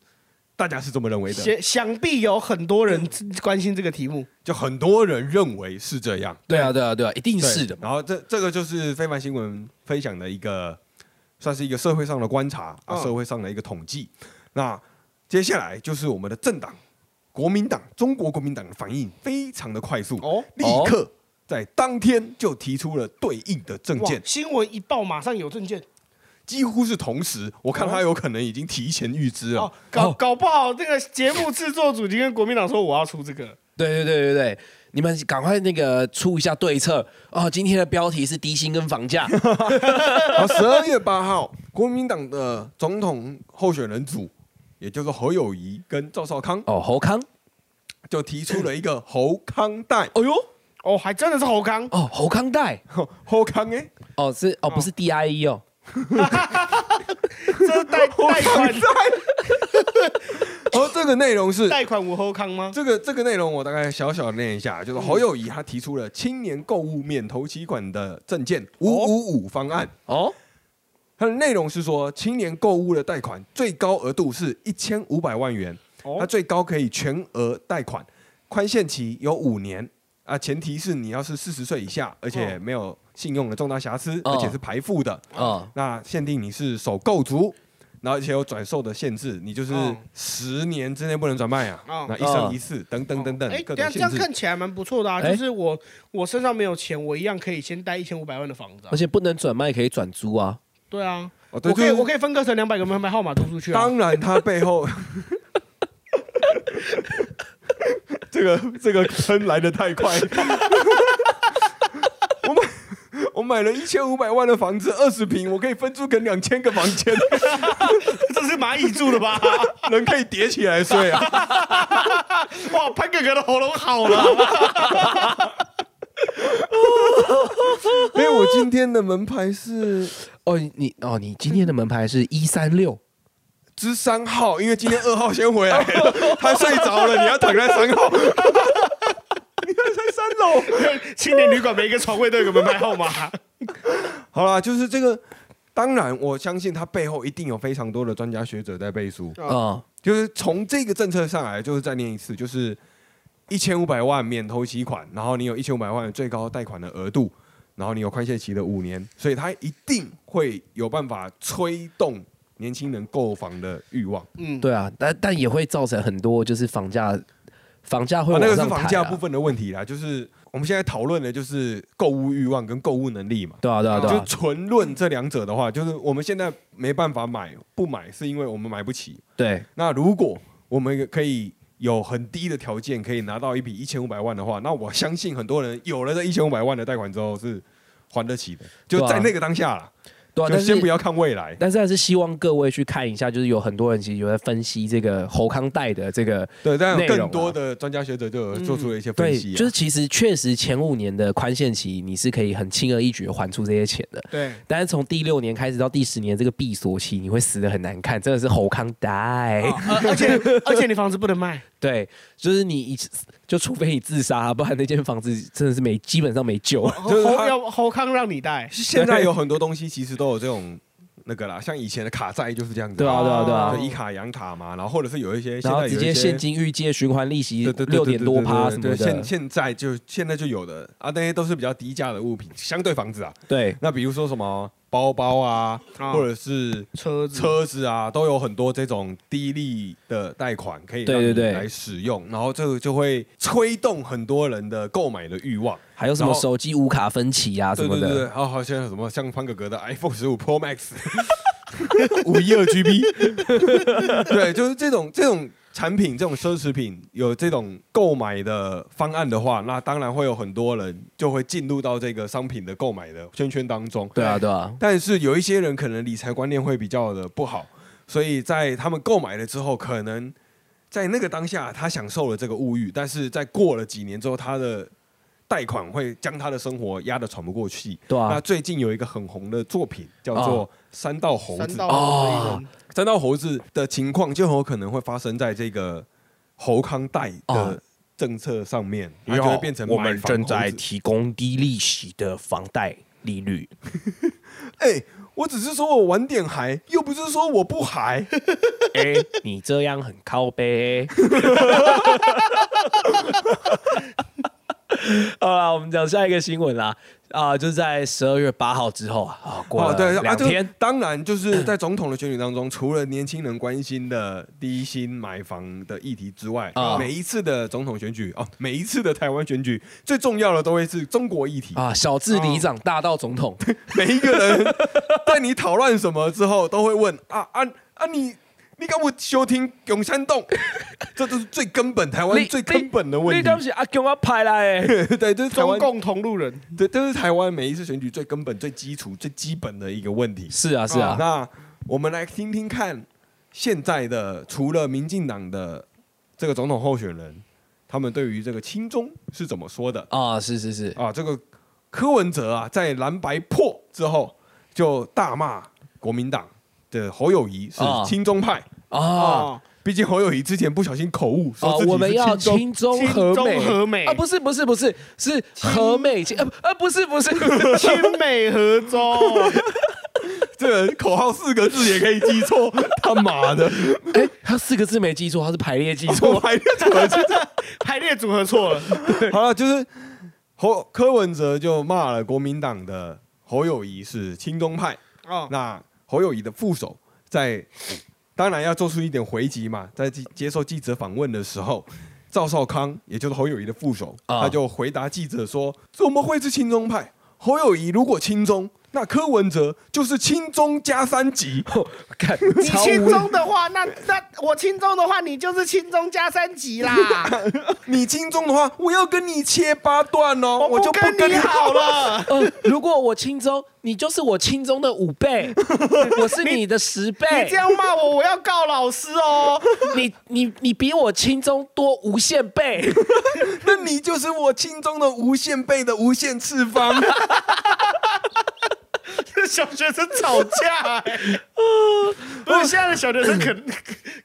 Speaker 1: 大家是这么认为的，
Speaker 3: 想想必有很多人关心这个题目。
Speaker 1: 就很多人认为是这样。
Speaker 2: 对啊，对啊，对啊，一定
Speaker 1: 对
Speaker 2: 是的嘛。
Speaker 1: 然后这这个就是非凡新闻分享的一个，算是一个社会上的观察啊，
Speaker 3: 嗯
Speaker 1: 社会上的一个统计。那接下来就是我们的政党国民党，中国国民党的反应非常的快速，
Speaker 3: 哦，
Speaker 1: 立刻在当天就提出了对应的证
Speaker 3: 哇
Speaker 1: 件，，
Speaker 3: 新闻一报马上有证件
Speaker 1: 几乎是同时。我看他有可能已经提前预知了
Speaker 3: 哦。，搞
Speaker 2: 哦
Speaker 3: 搞不好这个节目制作组已经跟国民党说我要出这个。
Speaker 2: 对对对对对，你们赶快那个出一下对策哦。今天的标题是低薪跟房 [laughs] 价
Speaker 1: 然后十二月八号，国民党的总统候选人组，也就是侯友谊跟赵少康，
Speaker 2: 哦，侯康
Speaker 1: 就提出了一个侯康贷。
Speaker 2: 哦哟
Speaker 3: 哦，还真的是侯康，
Speaker 2: 哦，侯康贷
Speaker 1: 后康哎，
Speaker 2: 哦是哦不是 DIE 哦，
Speaker 3: 这是贷贷款
Speaker 1: 哦，这个内容是
Speaker 3: 贷款无侯康吗？
Speaker 1: 这个这个内容，我大概小小念一下，就是侯友谊他提出了青年购物免投期款的证件五五五方案，
Speaker 2: 哦
Speaker 1: 它的内容是说青年购物的贷款最高额度是一千五百万元，它
Speaker 3: 哦，
Speaker 1: 最高可以全额贷款，宽限期有五年啊，前提是你要是四十岁以下，而且
Speaker 3: 哦
Speaker 1: 没有信用的重大瑕疵，
Speaker 2: 哦
Speaker 1: 而且是排付的，
Speaker 3: 啊
Speaker 2: 哦
Speaker 1: 那限定你是首购族，然后而且有转售的限制，你就是
Speaker 3: 嗯
Speaker 1: 十年之内不能转卖啊，
Speaker 3: 嗯
Speaker 1: 那一生一世等等等等
Speaker 3: 哎，
Speaker 1: 各
Speaker 3: 这
Speaker 1: 种
Speaker 3: 样这
Speaker 1: 限
Speaker 3: 样
Speaker 1: 制。
Speaker 3: 看起来蛮不错的啊，
Speaker 2: 哎
Speaker 3: 就是我我身上没有钱，我一样可以先贷一千五百万的房子啊
Speaker 2: 而。且不能转卖，可以转租啊。
Speaker 3: 对啊，
Speaker 1: 哦，对
Speaker 3: 我可以
Speaker 1: 对，
Speaker 3: 我可以分割成两百个门牌号码租出去啊。
Speaker 1: 当然它背后。这个这个坑来的太
Speaker 3: [laughs]
Speaker 1: 快，我买我买了一千五百万的房子，二十平，我可以分租给两千个房
Speaker 3: [laughs]
Speaker 1: 间，
Speaker 3: [laughs] 这是蚂蚁住的吧？ [laughs]
Speaker 1: 人可以叠起来睡啊。
Speaker 3: 哇，潘哥哥的喉咙好了。 [laughs]
Speaker 1: 哎，我今天的门牌是
Speaker 2: 哦，你哦，你今天的门牌是一三六，
Speaker 1: 之三号，因为今天二号先回来 [laughs] 了，他睡着了，你要躺在三号， [laughs] 你要在三楼。 [laughs]
Speaker 3: 青年旅馆每一个床位都有个门牌号码。
Speaker 1: 好啦，就是这个当然，我相信它背后一定有非常多的专家学者在背书。
Speaker 2: 嗯，
Speaker 1: 就是从这个政策上来，就是再念一次，就是一千五百万免头期款，然后你有一千五百万的最高贷款的额度，然后你有宽限期的五年，所以它一定会有办法催动年轻人购房的欲望。
Speaker 3: 嗯，
Speaker 2: 对啊，但但也会造成很多就是房价，房价会
Speaker 1: 啊
Speaker 2: 往
Speaker 1: 那个
Speaker 2: 上
Speaker 1: 是
Speaker 2: 抬、
Speaker 1: 房价部，分的问题啦，就是我们现在讨论的就是购物欲望跟购物能力嘛。
Speaker 2: 对啊对啊对
Speaker 1: 就
Speaker 2: 啊，
Speaker 1: 纯论这两者的话，就是我们现在没办法买，不买是因为我们买不起。
Speaker 2: 对
Speaker 1: 那如果我们可以有很低的条件可以拿到一笔一千五百万的话，那我相信很多人有了这一千五百万的贷款之后是还得起的，就
Speaker 2: 对啊
Speaker 1: 在那个当下啦，
Speaker 2: 对啊，
Speaker 1: 就
Speaker 2: 但
Speaker 1: 先不
Speaker 2: 是
Speaker 1: 要看未来。
Speaker 2: 但是还是希望各位去看一下，就是有很多人其实有在分析这个侯康贷的这个
Speaker 1: 对，但
Speaker 2: 内
Speaker 1: 有
Speaker 2: 容啊
Speaker 1: 更
Speaker 2: 嗯
Speaker 1: 多的专家学者就有做出了一些分
Speaker 2: 对，
Speaker 1: 析、啊
Speaker 2: 就是其实确实前五年的宽限期你是可以很轻而易举地还出这些钱的，
Speaker 3: 对，
Speaker 2: 但是从第六年开始到第十年这个闭锁期，你会死的很难看，真的是侯康贷。
Speaker 1: 啊
Speaker 3: 哦而
Speaker 1: [laughs]
Speaker 3: 而且而且你房子不能卖，
Speaker 2: 对，就是你一就除非你自杀，不然那间房子真的是没基本上没救。
Speaker 1: 就是
Speaker 3: 侯
Speaker 1: 他
Speaker 3: 要侯康让你带，
Speaker 1: 现在有很多东西其实都有这种那个啦，像以前的卡债就是这样子，
Speaker 2: 对啊对啊对啊
Speaker 1: 就以卡养卡嘛，然后或者是有一些现
Speaker 2: 然后
Speaker 1: 在
Speaker 2: 直
Speaker 1: 有
Speaker 2: 接
Speaker 1: 一
Speaker 2: 现
Speaker 1: 些。
Speaker 2: 金预借循环利息
Speaker 1: 对对对对
Speaker 2: 六
Speaker 1: 对
Speaker 2: 点多趴
Speaker 1: 对
Speaker 2: 什
Speaker 1: 对
Speaker 2: 么
Speaker 1: 对现
Speaker 2: 的，
Speaker 1: 现在就现在就有的啊，那些都是比较低价的物品，相对房子啊。
Speaker 2: 对
Speaker 1: 那比如说什么包包啊，
Speaker 3: 啊
Speaker 1: 或者是
Speaker 3: 车子
Speaker 1: 车子啊，都有很多这种低利的贷款可以
Speaker 2: 对
Speaker 1: 让你
Speaker 2: 对对
Speaker 1: 来使用，然后这个就会催动很多人的购买的欲望。
Speaker 2: 还有什么
Speaker 1: 然后
Speaker 2: 手机无卡分期啊
Speaker 1: 对
Speaker 2: 什么
Speaker 1: 对对对，
Speaker 2: 的，
Speaker 1: 然后好像有什么像方格格的 iPhone 十五 Pro
Speaker 2: [laughs]
Speaker 1: Max 五一二 GB，对，就是这种这种产品、这种奢侈品有这种购买的方案的话，那当然会有很多人就会进入到这个商品的购买的圈圈当中。
Speaker 2: 对啊对啊，
Speaker 1: 但是有一些人可能理财观念会比较的不好，所以在他们购买了之后，可能在那个当下他享受了这个物欲，但是在过了几年之后，他的贷款会将他的生活压得喘不过气。
Speaker 2: 对
Speaker 1: 那
Speaker 2: 啊，
Speaker 1: 最近有一个很红的作品叫做
Speaker 2: 啊
Speaker 1: 《三道猴子》，
Speaker 3: 三道
Speaker 2: 哦
Speaker 3: 一人
Speaker 1: 三道猴子的情况就很有可能会发生在这个猴康贷
Speaker 2: 哦
Speaker 1: 的政策上面，它就会变成
Speaker 2: 我
Speaker 1: 买
Speaker 2: 们
Speaker 1: 房
Speaker 2: 正
Speaker 1: 猴
Speaker 2: 在
Speaker 1: 子
Speaker 2: 提供低利息的房贷利
Speaker 1: [laughs]
Speaker 2: 率，
Speaker 1: 哎、我只是说我晚点还，又不是说我不还。
Speaker 2: 哎，你这样很靠
Speaker 1: [laughs]
Speaker 2: 背。好了，我们讲下一个新闻啦，啊，就在十二月八号之后啊，啊，过
Speaker 1: 哦，对，
Speaker 2: 了
Speaker 1: 啊
Speaker 2: 两
Speaker 1: 就
Speaker 2: 天，
Speaker 1: 当然，就是 [coughs] 在总统的选举当中，除了年轻人关心的低薪买房的议题之外，
Speaker 2: 啊
Speaker 1: 每一次的总统选举哦，每一次的台湾选举，最重要的都会是中国议题。
Speaker 2: 啊，小至里长，大到总 [laughs] 统，
Speaker 1: 每一个人在你讨论什么之后，都会问啊啊啊你。你敢不休听永山
Speaker 2: [laughs]
Speaker 1: 洞？这都是最根本台湾
Speaker 2: 你
Speaker 1: 最根本的
Speaker 2: 你
Speaker 1: 问
Speaker 2: 敢
Speaker 1: 题。
Speaker 2: 是阿强啊派来的？
Speaker 1: [laughs] 对，这是台
Speaker 3: 中
Speaker 1: 湾，
Speaker 3: 共同路人，
Speaker 1: 对，这是台湾每一次选举最根本、最基础、最基本的一个问题。
Speaker 2: 是啊，是啊，
Speaker 1: 那我们来听听看，现在的除了民进党的这个总统候选人，他们对于这个亲中是怎么说的
Speaker 2: 啊，是是是，
Speaker 1: 啊？这个柯文哲啊，在蓝白破之后，就大骂国民党的侯友谊是
Speaker 2: 啊
Speaker 1: 亲中派。
Speaker 2: 啊
Speaker 3: 哦
Speaker 1: 毕竟侯友谊之前不小心口误，
Speaker 2: 啊
Speaker 1: 说哦自，己
Speaker 2: 我们
Speaker 1: [laughs]
Speaker 2: 要
Speaker 1: 是亲中。
Speaker 2: 亲中和美，
Speaker 3: 亲中和美
Speaker 2: 啊，不是不是不是，是和美亲，呃不呃不是不是，
Speaker 1: [laughs]
Speaker 3: 亲美合中，
Speaker 1: 这个口号四个字也可以记错，他妈
Speaker 2: [laughs]
Speaker 1: 的，
Speaker 2: 哎，他四个字没记错，他是排列记
Speaker 1: 我
Speaker 2: 错，
Speaker 1: 还怎么记
Speaker 3: 排列组合错了， [laughs]
Speaker 1: 好了，就是侯柯文哲就骂了国民党的侯友谊是亲中派，
Speaker 3: 哦，
Speaker 1: 那侯友谊的副手在当然要做出一点回击嘛，在接接受记者访问的时候。赵少康，也就是侯友谊的副手，
Speaker 2: 啊
Speaker 1: 他就回答记者说：“怎么会是亲中派？侯友谊如果亲中，那柯文哲就是亲中加三级。
Speaker 2: 看
Speaker 3: 你
Speaker 2: 哦超
Speaker 3: 亲
Speaker 2: 无
Speaker 3: 中的话，那那我亲中的话，你就是亲中加三级
Speaker 1: [laughs]
Speaker 3: 啦，
Speaker 1: 你亲中的话，我要跟你切八段
Speaker 3: [laughs]
Speaker 1: 哦，我就
Speaker 3: 不
Speaker 1: 不跟
Speaker 3: 你
Speaker 1: 你
Speaker 3: 好了。
Speaker 2: 呃，如果我亲中，你就是我亲中的五倍，我是你的十倍。
Speaker 3: 你这样骂我，我要告老师哦！ [laughs]
Speaker 2: 你你你比我亲中多无限倍。
Speaker 1: 那你就是我心中的无限倍的无限次方。 [laughs]
Speaker 3: 这小学生吵架、欸，不是现在的小学生可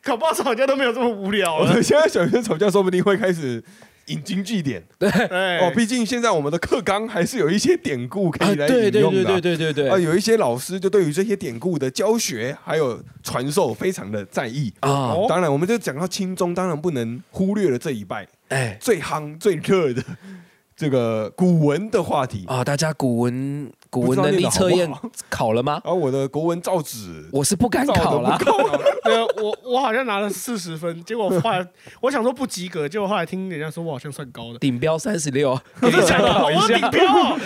Speaker 3: 搞不好吵架都没有这么无聊了。
Speaker 1: 现在小学生吵架说不定会开始引经据典
Speaker 3: 哎，
Speaker 1: 哦。毕竟现在我们的课纲还是有一些典故可以来
Speaker 2: 对
Speaker 1: 引
Speaker 2: 对
Speaker 1: 用
Speaker 2: 对
Speaker 1: 的啊
Speaker 2: 对。对对对
Speaker 1: 啊，有一些老师就对于这些典故的教学还有传授非常的在意。哦
Speaker 2: 啊，
Speaker 1: 当然，我们就讲到清中，当然不能忽略了这一拜
Speaker 2: 哎
Speaker 1: 最夯、最热的这个古文的话题。
Speaker 2: 啊，大家古文古
Speaker 1: 不
Speaker 2: 文
Speaker 1: 知道
Speaker 2: 能
Speaker 1: 念
Speaker 2: 力
Speaker 1: 得好
Speaker 2: 测
Speaker 1: 不
Speaker 2: 验
Speaker 1: 好
Speaker 2: 考了吗？
Speaker 1: 然后我的国文造纸
Speaker 2: 我是不敢
Speaker 1: 造得
Speaker 2: 考
Speaker 1: 不
Speaker 2: 啦。
Speaker 1: 够啊
Speaker 3: 对，啊我我好像拿了四十分，结果后来我想说不及格，结果后来听人家说我好像算高的，
Speaker 2: 顶标三
Speaker 1: [laughs]
Speaker 2: 十六，
Speaker 3: 我就想到
Speaker 2: [laughs]
Speaker 3: 我有顶标哦，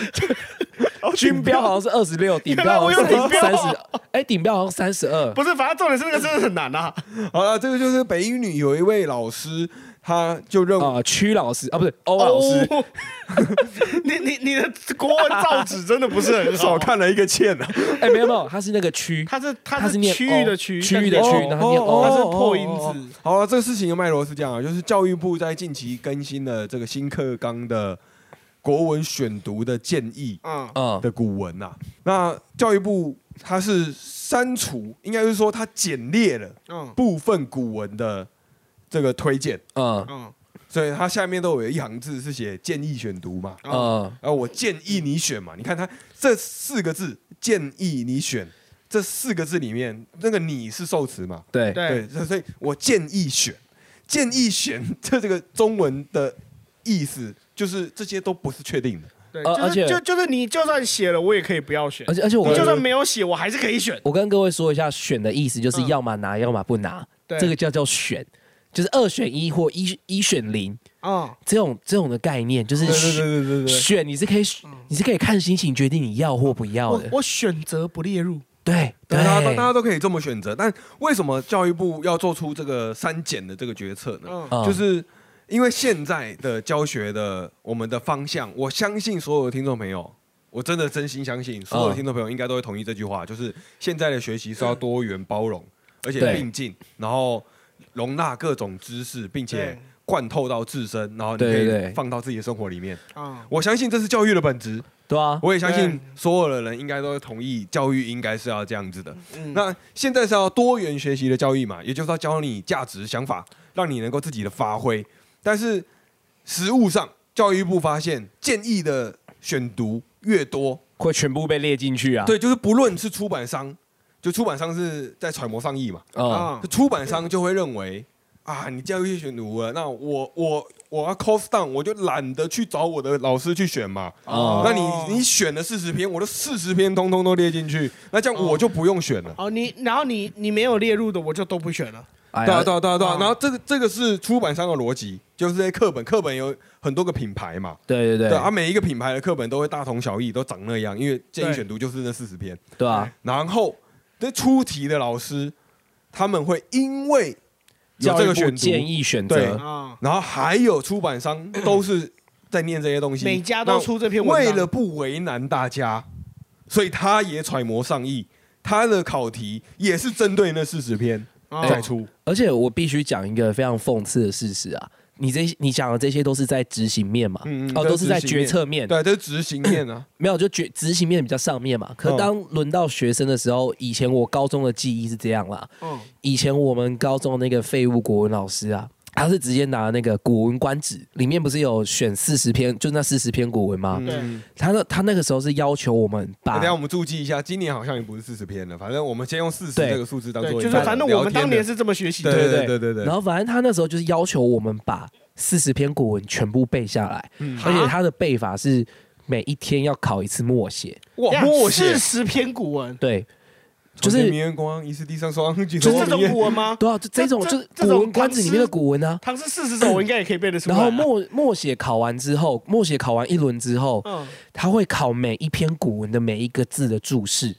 Speaker 2: 军标好像是二十六，顶
Speaker 3: 原来
Speaker 2: 标好
Speaker 3: 我有
Speaker 2: 像
Speaker 3: 顶标
Speaker 2: 三十，哎，顶标好像三十二。
Speaker 3: 不是，反正重点是那个真的很难啊。
Speaker 1: 好了，这个就是北一女有一位老师，她就认为
Speaker 2: 啊，屈老师啊，不是欧老师，
Speaker 3: 哦， [laughs] 你你你的国文造纸真的不是很
Speaker 1: 少
Speaker 3: 好看，
Speaker 1: 看了一个欠啊，
Speaker 2: 哎，没有没有，他是那个
Speaker 3: [laughs]
Speaker 2: 区，
Speaker 3: 它是它
Speaker 2: 他是
Speaker 3: 是
Speaker 2: 念
Speaker 3: 区域
Speaker 2: 哦
Speaker 3: 的区，
Speaker 2: 区域的区，
Speaker 1: 哦
Speaker 2: 然后念
Speaker 1: 哦
Speaker 2: 欧，
Speaker 3: 它是破音
Speaker 1: 哦
Speaker 3: 字。
Speaker 1: 好啊，这个事情的脉络是这样啊，就是教育部在近期更新了这个新课纲的国文选读的建议
Speaker 3: 嗯，
Speaker 2: 嗯，
Speaker 1: 的古文呐、啊。那教育部它是删除，应该是说它简列了
Speaker 3: 嗯
Speaker 1: 部分古文的这个推荐，
Speaker 2: 嗯
Speaker 3: 嗯
Speaker 1: 所以它下面都有一行字是写建议选读嘛。
Speaker 2: 嗯，
Speaker 1: 然后啊我建议你选嘛，你看它这四个字“建议你选”这四个字里面，那个“你”是受词嘛？
Speaker 2: 对，
Speaker 3: 对
Speaker 1: 对，所以所以我建议选，建议选这这个中文的意思，就是这些都不是确定的。
Speaker 3: 对，
Speaker 2: 呃
Speaker 3: 就
Speaker 2: 而且
Speaker 3: 是就就是你就算写了，我也可以不要选
Speaker 2: 而，且而且我
Speaker 3: 你就
Speaker 2: 跟
Speaker 3: 算没有写，我还是可以选。
Speaker 2: 我跟各位说一下，选的意思就是
Speaker 3: 嗯
Speaker 2: 要么拿，要么不拿，
Speaker 3: 对
Speaker 2: 这个叫叫选，就是二选一或一一选零
Speaker 3: 嗯，
Speaker 2: 这种这种的概念，就是选
Speaker 1: 对对
Speaker 2: 选你是可以你是可以看心情决定你要或不要
Speaker 3: 我
Speaker 2: 的，
Speaker 3: 我选择不列入。
Speaker 2: 对
Speaker 1: 大家大
Speaker 2: 对，
Speaker 1: 家都可以这么选择，但为什么教育部要做出这个删减的这个决策呢？
Speaker 3: 嗯
Speaker 2: 嗯
Speaker 1: 就是因为现在的教学的我们的方向，我相信所有的听众朋友，我真的真心相信所有
Speaker 2: 嗯
Speaker 1: 的听众朋友应该都会同意这句话，就是现在的学习是要多元包容，而且
Speaker 2: 对
Speaker 1: 并进，然后容纳各种知识，并且
Speaker 3: 对
Speaker 1: 灌透到自身，然后你可
Speaker 2: 对对
Speaker 1: 以
Speaker 2: 对
Speaker 1: 放到自己的生活里面。
Speaker 3: 啊，
Speaker 1: 我相信这是教育的本质，
Speaker 2: 对啊，
Speaker 1: [laughs] 我也相信
Speaker 3: 对
Speaker 1: 所有的人应该都会同意，教育应该是要这样子的。
Speaker 3: 嗯
Speaker 1: 那现在是要多元学习的教育嘛，也就是要教你价值、想法，让你能够自己的发挥。但是实物上，教育部发现建议的选读越多，
Speaker 2: 会全部被列进去啊，
Speaker 1: 对，就是不论是出版商，就出版商是在揣摩上意嘛，
Speaker 2: 嗯，
Speaker 3: 啊
Speaker 1: 就出版商就会认为啊，你教育选读了，那我我我要 cost down，我就懒得去找我的老师去选嘛。
Speaker 3: 啊
Speaker 2: 哦
Speaker 1: 那你你选了四十篇，我的四十篇通通都列进去，那这样我就不用选了。
Speaker 3: 哦，你然后你你没有列入的，我就都不选了。
Speaker 2: 哎
Speaker 1: 对啊，
Speaker 2: 呀
Speaker 1: 对啊，对啊，对啊
Speaker 3: 哦。
Speaker 1: 然后这个这个是出版商的逻辑，就是这些课本，课本有很多个品牌嘛，
Speaker 2: 对对
Speaker 1: 对啊，
Speaker 2: 对
Speaker 1: 每一个品牌的课本都会大同小异，都长那样，因为建议
Speaker 3: 对
Speaker 1: 选读就是那四十篇。
Speaker 2: 对啊，
Speaker 1: 然后这出题的老师，他们会因为有这
Speaker 2: 教育
Speaker 1: 个
Speaker 2: 部
Speaker 1: 选
Speaker 2: 建
Speaker 1: 读，
Speaker 2: 议选
Speaker 1: 对
Speaker 2: 择，
Speaker 3: 啊，
Speaker 1: 然后还有出版商都是在念这些东西，
Speaker 3: 每家都出这篇
Speaker 1: 那
Speaker 3: 文
Speaker 1: 为
Speaker 3: 章
Speaker 1: 了不为难大家，所以他也揣摩上意，他的考题也是针对那四十篇
Speaker 3: 哦
Speaker 1: 再出。
Speaker 2: 而且我必须讲一个非常讽刺的事实啊，你这你讲的这些都是在执行面嘛，
Speaker 1: 嗯嗯
Speaker 2: 哦，
Speaker 1: 对
Speaker 2: 都是在
Speaker 1: 执行
Speaker 2: 决
Speaker 1: 面
Speaker 2: 策面，
Speaker 1: 对，这是执行面啊。
Speaker 2: 没有，就觉执行面比较上面嘛。可
Speaker 1: 嗯
Speaker 2: 当轮到学生的时候，以前我高中的记忆是这样啦。
Speaker 3: 嗯
Speaker 2: 以前我们高中那个废物国文老师啊，他是直接拿那个《古文观止》里面不是有选四十篇，就那四十篇古文吗？
Speaker 1: 嗯
Speaker 3: 对
Speaker 2: 他那他那个时候是要求我们
Speaker 1: 那
Speaker 2: 把
Speaker 1: 等一下我们注记一下，今年好像也不是四十篇了，反正我们先用四十
Speaker 2: 对
Speaker 1: 这个数字当
Speaker 3: 对，
Speaker 1: 做一
Speaker 3: 就
Speaker 1: 个
Speaker 3: 是反正我们当年
Speaker 1: 聊天的
Speaker 3: 是这么学习
Speaker 1: 对
Speaker 3: 的。
Speaker 1: 对
Speaker 2: 对
Speaker 1: 对对对，
Speaker 2: 然后反正他那时候就是要求我们把四十篇古文全部背下来，
Speaker 3: 嗯
Speaker 2: 而且他的背法是每一天要考一次默写。
Speaker 1: 哇默写
Speaker 3: 四，十篇
Speaker 1: [laughs]
Speaker 3: 古文，
Speaker 2: 对，就
Speaker 1: 就是明月光疑是地上霜，举
Speaker 3: 是
Speaker 1: 头
Speaker 3: 这
Speaker 1: 望明
Speaker 3: 种
Speaker 1: 月
Speaker 3: 古文吗？
Speaker 2: 对啊，就这种
Speaker 3: 这
Speaker 2: 就是《
Speaker 3: 这
Speaker 2: 古
Speaker 3: 种
Speaker 2: 文观止》里面的
Speaker 3: 唐诗
Speaker 2: 古文啊。
Speaker 3: 唐诗四十首，我应该也可以背得出来
Speaker 2: 然后
Speaker 3: 啊。
Speaker 2: 默默写考完之后，默写考完一轮之后，
Speaker 3: 嗯，
Speaker 2: 他会考每一篇古文的每一个字的注释。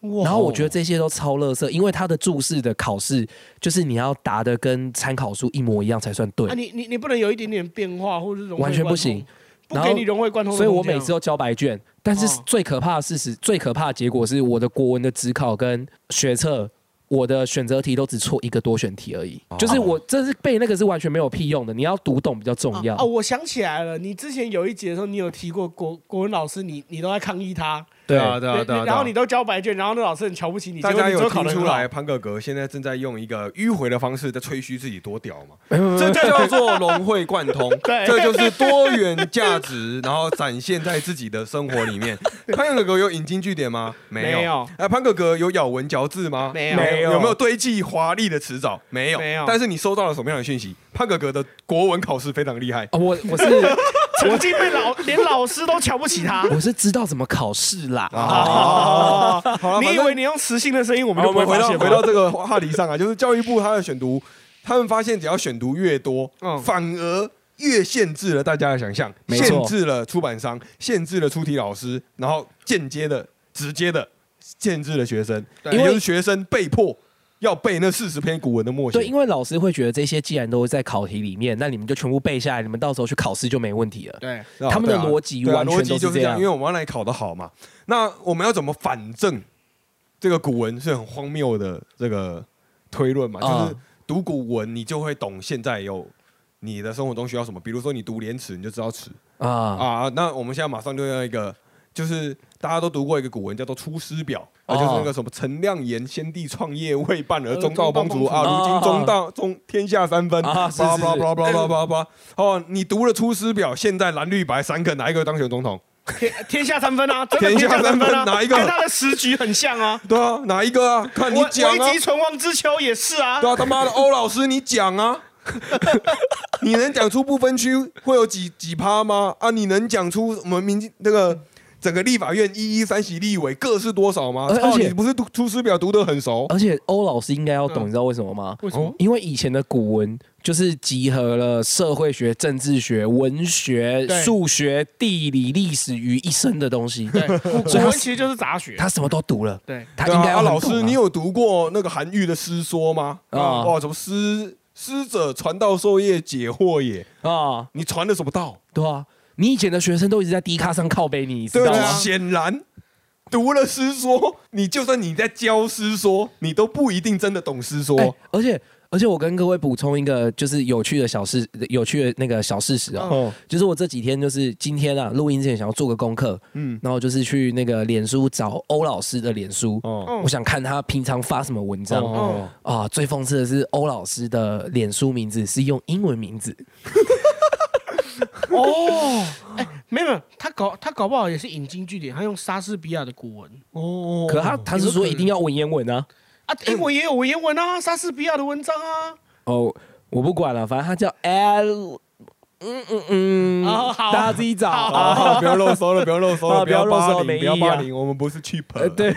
Speaker 3: 哇
Speaker 2: 然后我觉得这些都超垃圾，因为他的注释的考试就是你要答的跟参考书一模一样才算对
Speaker 3: 啊，，你你你不能有一点点变化，或者是融会
Speaker 2: 完全不
Speaker 3: 贯通
Speaker 2: 行，。
Speaker 3: 不
Speaker 2: 然
Speaker 3: 给
Speaker 2: 后
Speaker 3: 你融会贯通的
Speaker 2: 所以
Speaker 3: 空间啊。
Speaker 2: 我每次都交白卷，但是
Speaker 3: 哦
Speaker 2: 最可怕的事实，最可怕的结果是我的国文的只考跟学测。我的选择题都只错一个多选题而已，
Speaker 3: 哦
Speaker 2: 就是我这是背那个是完全没有屁用的，你要读懂比较
Speaker 3: 啊
Speaker 2: 重要
Speaker 3: 哦哦，。我想起来了，你之前有一节的时候，你有提过国国文老师你，你都在抗议他，对啊，对啊，对啊。
Speaker 1: 对
Speaker 3: 然后你都交白卷，然后那老师很瞧不起你，
Speaker 1: 大
Speaker 3: 结果
Speaker 1: 家
Speaker 3: 你
Speaker 1: 有
Speaker 3: 都考
Speaker 1: 听
Speaker 3: 得很
Speaker 1: 出
Speaker 3: 好
Speaker 1: 来，潘哥哥现在正在用一个迂回的方式在吹嘘自己多屌吗？
Speaker 2: 没有没有没有
Speaker 1: 这就叫做融会贯通，
Speaker 3: [laughs] 对
Speaker 1: 这就是多元价值，然后展现在自己的生活里面。潘哥哥有引经据典吗？没有。
Speaker 3: 没有
Speaker 1: 哎，潘哥哥有咬文嚼字吗？
Speaker 3: 没有
Speaker 2: 没有
Speaker 1: 有没有堆积华丽的词藻？没有。
Speaker 3: 没有
Speaker 1: 但是你收到了什么样的讯息？潘哥哥的国文考试非常厉害。
Speaker 2: 啊，我我是
Speaker 3: [laughs] 曾经被老连老师都瞧不起他。
Speaker 2: 我是知道怎么考试啦。
Speaker 3: 啊
Speaker 2: 啊
Speaker 3: [laughs] 哦，
Speaker 1: 了
Speaker 3: 你
Speaker 1: 反
Speaker 3: 以
Speaker 1: 正
Speaker 3: 为你用磁性的声音，我们
Speaker 1: 好
Speaker 3: 就
Speaker 1: 我
Speaker 3: 不会
Speaker 1: 们回
Speaker 3: 发
Speaker 1: 到
Speaker 3: 现
Speaker 1: 回
Speaker 3: 吗
Speaker 1: 到这个话题上啊， [laughs] 就是教育部他的选读，他们发现只要选读越多，
Speaker 3: 嗯
Speaker 1: 反而越限制了大家的想象，
Speaker 2: 没错
Speaker 1: 限制了出版商，限制了出题老师，然后间接的、直接的限制了学生，
Speaker 3: 对
Speaker 1: 也
Speaker 2: 因
Speaker 1: 就
Speaker 2: 为
Speaker 1: 是学生被迫要背那四十篇古文的默
Speaker 2: 对，
Speaker 1: 写。
Speaker 2: 因为老师会觉得这些既然都在考题里面，那你们就全部背下来，你们到时候去考试就没问题了。
Speaker 3: 对
Speaker 1: 啊
Speaker 2: 他们的
Speaker 1: 对啊
Speaker 2: 逻辑
Speaker 1: 对啊
Speaker 2: 完全
Speaker 1: 逻
Speaker 2: 都
Speaker 1: 辑
Speaker 2: 是
Speaker 1: 就是
Speaker 2: 这
Speaker 1: 这样，
Speaker 2: 样
Speaker 1: 因为。我们要来考得好嘛。那我们要怎么反证这个古文是很荒谬的这个推论嘛？
Speaker 2: 啊
Speaker 1: 就是读古文，你就会懂现在有你的生活中需要什么。比如说你读《廉耻》，你就知道耻
Speaker 2: 啊，
Speaker 1: 啊。那我们现在马上就要一个，就是大家都读过一个古文叫做《出师表》。啊，
Speaker 2: 哦
Speaker 1: 就是那个什么“陈亮言先帝创业未半而中道崩殂
Speaker 3: 呃中道崩殂
Speaker 1: 啊，如今
Speaker 2: 啊
Speaker 1: 中道中天下三分”，
Speaker 2: 啊是
Speaker 1: 叭
Speaker 2: 是
Speaker 1: 叭
Speaker 2: 是
Speaker 1: 叭叭叭叭叭。哦，你读了《出师表》，现在蓝绿白三个哪一个会当选总统？
Speaker 3: 天天下三分啊，真的
Speaker 1: 天
Speaker 3: 天
Speaker 1: 下
Speaker 3: 下三分啊，
Speaker 1: 三分哪一个
Speaker 3: 跟他的时局很像啊。
Speaker 1: 对啊，哪一个啊？ [laughs] 看你
Speaker 3: 危
Speaker 1: 讲啊
Speaker 3: 危！急存亡之秋也是啊
Speaker 1: 对，啊，他
Speaker 2: [laughs]
Speaker 1: 妈的欧老师，你讲啊！你能讲出不分区会有几几趴吗？啊，你能讲出我们民进那个整个立法院一一三席立委各是多少吗？
Speaker 2: 而
Speaker 1: 操，
Speaker 2: 而且呃
Speaker 1: 你不是读《出师表》读得很熟？
Speaker 2: 而且欧老师应该要懂，
Speaker 3: 嗯
Speaker 2: 你知道为什么吗？
Speaker 3: 为什
Speaker 1: 哦
Speaker 3: 么
Speaker 2: 因为以前的古文就是集合了社会学、政治学、文学
Speaker 3: 对、
Speaker 2: 数学、地理、历史于一身的东西，
Speaker 3: 对，古古
Speaker 2: 所以他
Speaker 3: 文其实就是杂学。
Speaker 2: 他什么都读了，
Speaker 3: 对，
Speaker 2: 他
Speaker 1: 对
Speaker 2: 应该
Speaker 1: 啊，啊
Speaker 2: 要很
Speaker 1: 老
Speaker 2: 懂
Speaker 1: 师，
Speaker 2: 啊
Speaker 1: 你有读过那个韩愈的诗说吗？
Speaker 2: 啊
Speaker 1: 啊，哇，什么师师者，传道授业解惑也。
Speaker 2: 啊？
Speaker 1: 你传的什么道？
Speaker 2: 对啊，你以前的学生都一直在低咖上靠背你，你知
Speaker 1: 对
Speaker 2: 道吗
Speaker 1: 啊，？显然读了诗说，你就算你在教诗说，你都不一定真的懂诗说。
Speaker 2: 哎而且而且我跟各位补充一个就是有趣的小事，有趣的那个小事实哦，
Speaker 1: 哦，
Speaker 2: 就是我这几天就是今天啊录音之前想要做个功课，
Speaker 1: 嗯，
Speaker 2: 然后就是去那个脸书找欧老师的脸书，
Speaker 1: 哦，
Speaker 3: 嗯
Speaker 2: 我想看他平常发什么文章。
Speaker 1: 哦
Speaker 2: 啊，最讽刺的是欧老师的脸书名字是用英文名字，
Speaker 3: 哦，哎，没有没有，他搞他搞不好也是引经据典，他用莎士比亚的古文
Speaker 1: 哦
Speaker 2: 可他他是说一定要文言文啊。
Speaker 3: 啊，英文也有文言文啊，莎士比亚的文章啊。
Speaker 2: 哦，我不管了，反正他叫 L，嗯嗯嗯，
Speaker 3: 哦好
Speaker 2: 大家自己找。啊
Speaker 1: 啊，不要漏收了，不要漏收了，
Speaker 2: 啊
Speaker 1: 不要
Speaker 2: 不要漏
Speaker 1: 霸
Speaker 2: 收没
Speaker 1: 凌，不
Speaker 2: 意义啊
Speaker 1: 要霸凌，我们不是啊 cheap。
Speaker 2: 呃，对，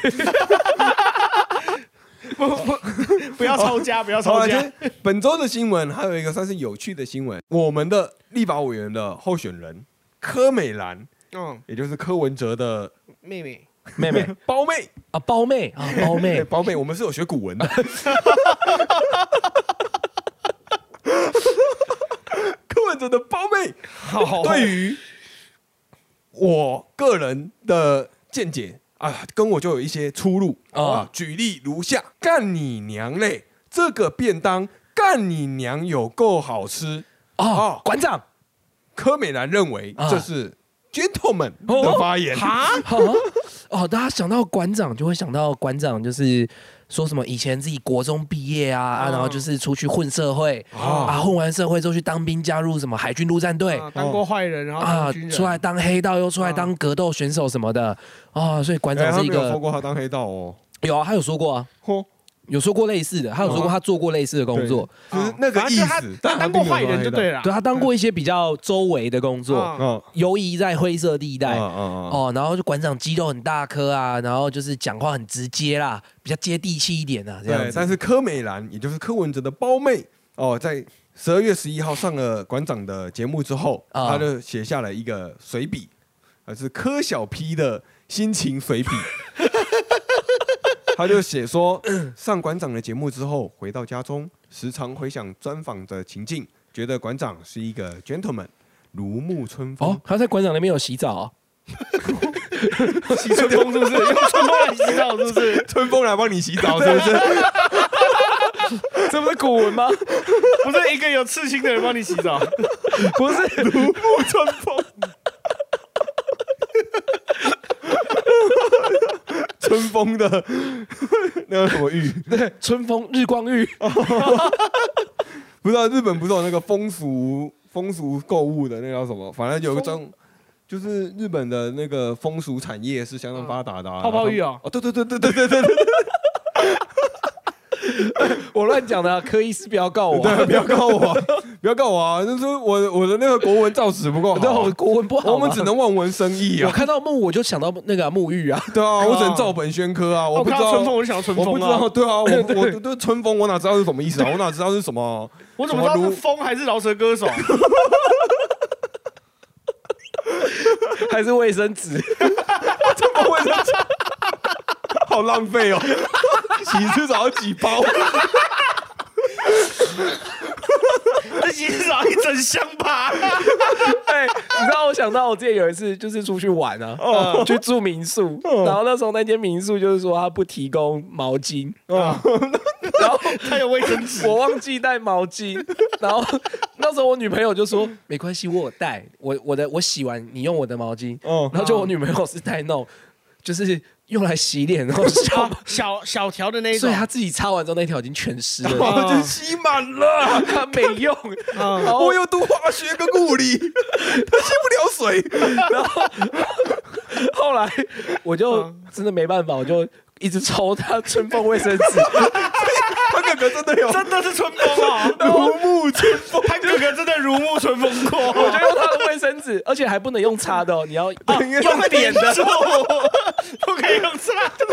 Speaker 3: 不不， [laughs] 不要抄家，不要
Speaker 1: 好
Speaker 3: 抄
Speaker 1: 了，
Speaker 3: 家。
Speaker 1: 就是本周的新闻还有一个算是有趣的新闻，我们的立法委员的候选人柯美兰，
Speaker 3: 嗯，
Speaker 1: 也就是柯文哲的
Speaker 3: 妹妹，
Speaker 2: 妹妹
Speaker 1: 胞妹，
Speaker 2: 啊，胞妹啊，胞妹
Speaker 1: 对，胞妹，我们是有学古文
Speaker 2: [laughs]
Speaker 1: 的。柯文哲的胞妹，[laughs]
Speaker 3: 好
Speaker 1: 对于我个人的见解啊，跟我就有一些出入
Speaker 2: 哦
Speaker 1: 啊。举例如下：干你娘嘞！这个便当干你娘有够好吃。
Speaker 2: 哦
Speaker 1: 哦，
Speaker 2: 馆长，
Speaker 1: 柯美兰认为
Speaker 2: 啊
Speaker 1: 这是 gentleman 的发言，
Speaker 3: 哦
Speaker 1: 哎
Speaker 3: 哈，
Speaker 2: 好啊哦，大家想到馆长就会想到馆长，就是说什么以前自己国中毕业啊，啊
Speaker 3: 哦
Speaker 2: 然后就是出去混社会
Speaker 1: 哦
Speaker 2: 啊，混完社会之后去当兵，加入什么海军陆战队
Speaker 3: 啊当过坏人，然后
Speaker 2: 啊
Speaker 3: 当军，人
Speaker 2: 出来当黑道，又出来
Speaker 3: 哦
Speaker 2: 当格斗选手什么的啊，所以馆
Speaker 1: 哎
Speaker 2: 长
Speaker 1: 他
Speaker 2: 是
Speaker 1: 没
Speaker 2: 一
Speaker 1: 有说
Speaker 2: 个
Speaker 1: 过他当黑道哦。
Speaker 2: 有啊，他有说过啊，
Speaker 1: 嚯，
Speaker 2: 有说过类似的，他有说
Speaker 1: 哦
Speaker 2: 过他做过类似的工作，
Speaker 1: 就是那个
Speaker 3: 啊反
Speaker 1: 意
Speaker 3: 正他
Speaker 1: 思。
Speaker 3: 他当过坏人就对
Speaker 1: 了。
Speaker 3: 了。
Speaker 2: 对他当过一些比较周围的工作，
Speaker 3: 啊
Speaker 1: 嗯，
Speaker 2: 游移在灰色地带。
Speaker 1: 嗯
Speaker 2: 哦，然后就馆长肌肉很大颗啊，然后就是讲话很直接啦，比较接地气一点啊，这样
Speaker 1: 对，
Speaker 2: 子。
Speaker 1: 但是柯美兰，也就是柯文哲的胞妹哦，在十二月十一号上了馆长的节目之后，
Speaker 2: 啊
Speaker 1: 他就写下了一个随笔，呃，是柯小 P 的心情随笔。 [laughs] 他就写说，上馆长的节目之后，回到家中，时常回想专访的情境，觉得馆长是一个 gentleman，如沐春风。 [laughs]
Speaker 2: 哦，他在馆长那边有洗澡、哦，
Speaker 3: 洗春风
Speaker 2: [laughs]
Speaker 3: 是不是？用春风来洗澡是不是？
Speaker 1: 春风来帮你洗澡，是不是？
Speaker 2: [laughs] 这不是古文吗？
Speaker 3: 不是一个有刺青的人帮你洗澡，
Speaker 2: 不是，
Speaker 3: 沐春风。
Speaker 1: 春风的 [laughs] 那个什么浴，
Speaker 2: 春风日光 [laughs] 浴，
Speaker 1: 不知道日本不是有那个风俗风俗购物的那叫什么？反正有个种，就是日本的那个风俗产业是相当发达的、啊
Speaker 3: 泡泡浴
Speaker 1: 然后
Speaker 3: 哦
Speaker 1: 哦，对对对对对对对对，
Speaker 2: 我乱讲的、啊，柯医师不要告我、啊。
Speaker 1: 对不要告我，不要告我啊！就是我我的那个国文造词不够
Speaker 2: [laughs] 对啊，
Speaker 1: 好
Speaker 2: 我
Speaker 1: 啊、
Speaker 2: 国文不好啊，
Speaker 1: 我们只能望文生义
Speaker 2: 我
Speaker 1: 啊。
Speaker 2: 看到木我就想到那个啊沐浴啊，
Speaker 1: 对啊，我只能照本宣科啊！我
Speaker 3: 我
Speaker 1: 不
Speaker 3: 看
Speaker 1: 知
Speaker 3: 到
Speaker 1: 道
Speaker 3: 春，风我就想到春
Speaker 1: 我不
Speaker 3: 风
Speaker 1: 知道，
Speaker 3: 啊，
Speaker 1: 对啊，我我对春风，我哪知道是什么意思啊？我哪知道是什么？
Speaker 3: 我怎么知道
Speaker 1: 什么
Speaker 3: 是
Speaker 1: 如
Speaker 3: 风还是饶舌歌手？
Speaker 2: 还是卫生纸，
Speaker 1: 我为什么好浪费哦， [laughs] 洗一次澡要几
Speaker 3: [laughs]
Speaker 1: 包？
Speaker 3: 这洗澡一整箱吧。
Speaker 2: [laughs] 哎，你知道我想到我之前有一次就是出去玩啊，呃去住民宿，然后那时候那间民宿就是说他不提供毛巾，
Speaker 3: 哦
Speaker 2: 然后
Speaker 3: 他有卫生纸，
Speaker 2: [laughs] 我忘记带毛巾，然后那时候我女朋友就说没关系，我有带，我我的我洗完你用我的毛巾，
Speaker 3: 哦
Speaker 1: 嗯
Speaker 2: 然后就我女朋友是带那种就是用来洗脸，然后消，
Speaker 3: 小小条的那一
Speaker 2: 所
Speaker 3: 种
Speaker 2: 以。她自己擦完之后那条已经全
Speaker 1: [laughs]
Speaker 2: 湿了，
Speaker 1: 我就吸满了，
Speaker 2: 她没用，
Speaker 3: 嗯
Speaker 2: 然后
Speaker 1: 我有读化学跟物 [laughs] 理，它吸不了水。
Speaker 2: 后来我就真的没办法，我就一直抽他春风卫生纸，
Speaker 1: 他哥哥真的有
Speaker 3: 真的是春风 [laughs] 啊！
Speaker 1: 如沐春风，
Speaker 3: 潘哥哥真的如沐春风过，
Speaker 2: 我就用他的卫生纸，而且还不能用擦的哦，你要
Speaker 1: 啊
Speaker 2: 用点的
Speaker 3: 做，不可以用擦的，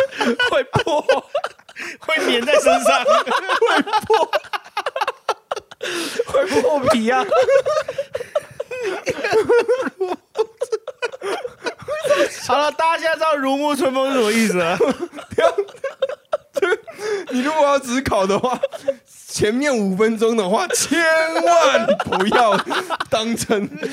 Speaker 2: 会破。
Speaker 3: 会粘在身上。
Speaker 2: 会破皮啊！
Speaker 3: [laughs] 好了，大家现在知道如沐春风是什么意思 [laughs] 了。
Speaker 1: [laughs] 你如果要只考的话，前面五分钟的话，千万不要当真。这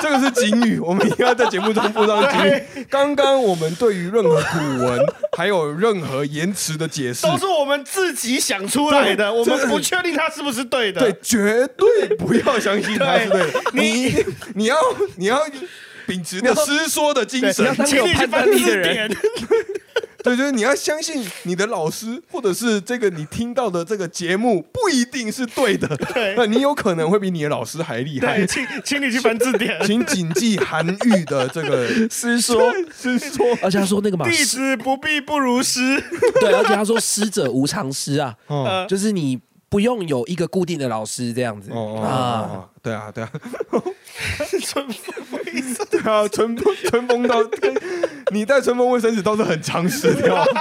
Speaker 1: 这个是警语，我们一定要在节目中附上警语。刚刚我们对于任何古文还有任何言辞的解释，
Speaker 3: 都是我们自己想出来的，我
Speaker 1: 这
Speaker 3: 们不确定它是不是对的。
Speaker 1: 对，，绝对不要相信他是对的。
Speaker 3: 你
Speaker 1: 你你要你要秉持着师说的精神
Speaker 2: 你要，当
Speaker 3: 请
Speaker 2: 有
Speaker 3: 你去
Speaker 2: 判
Speaker 3: 翻
Speaker 2: 断力的
Speaker 3: 字
Speaker 2: 人
Speaker 3: 典。
Speaker 1: 对，就是你要相信你的老师，或者是这个你听到的这个节目不一定是对的，
Speaker 3: 对
Speaker 1: 那你有可能会比你的老师还厉害
Speaker 3: 对，。请 [laughs] 请你去翻字典。
Speaker 1: 请谨记韩愈的这
Speaker 3: [laughs]
Speaker 1: 个
Speaker 2: 师说，
Speaker 1: 师说，
Speaker 2: 而且他说那个嘛，
Speaker 3: 弟
Speaker 2: 师
Speaker 3: 子不必不如师。
Speaker 2: 对，而且他说师者无常师
Speaker 1: [laughs]
Speaker 2: 啊，
Speaker 1: 哦
Speaker 3: 呃
Speaker 2: 就是你不用有一个固定的老师这样子
Speaker 1: 哦哦
Speaker 2: 啊。
Speaker 1: 哦，对啊对啊
Speaker 3: [laughs] 春风卫生
Speaker 1: 对啊，春风春风到，你带春风卫生纸倒是很常识的哦。 [laughs]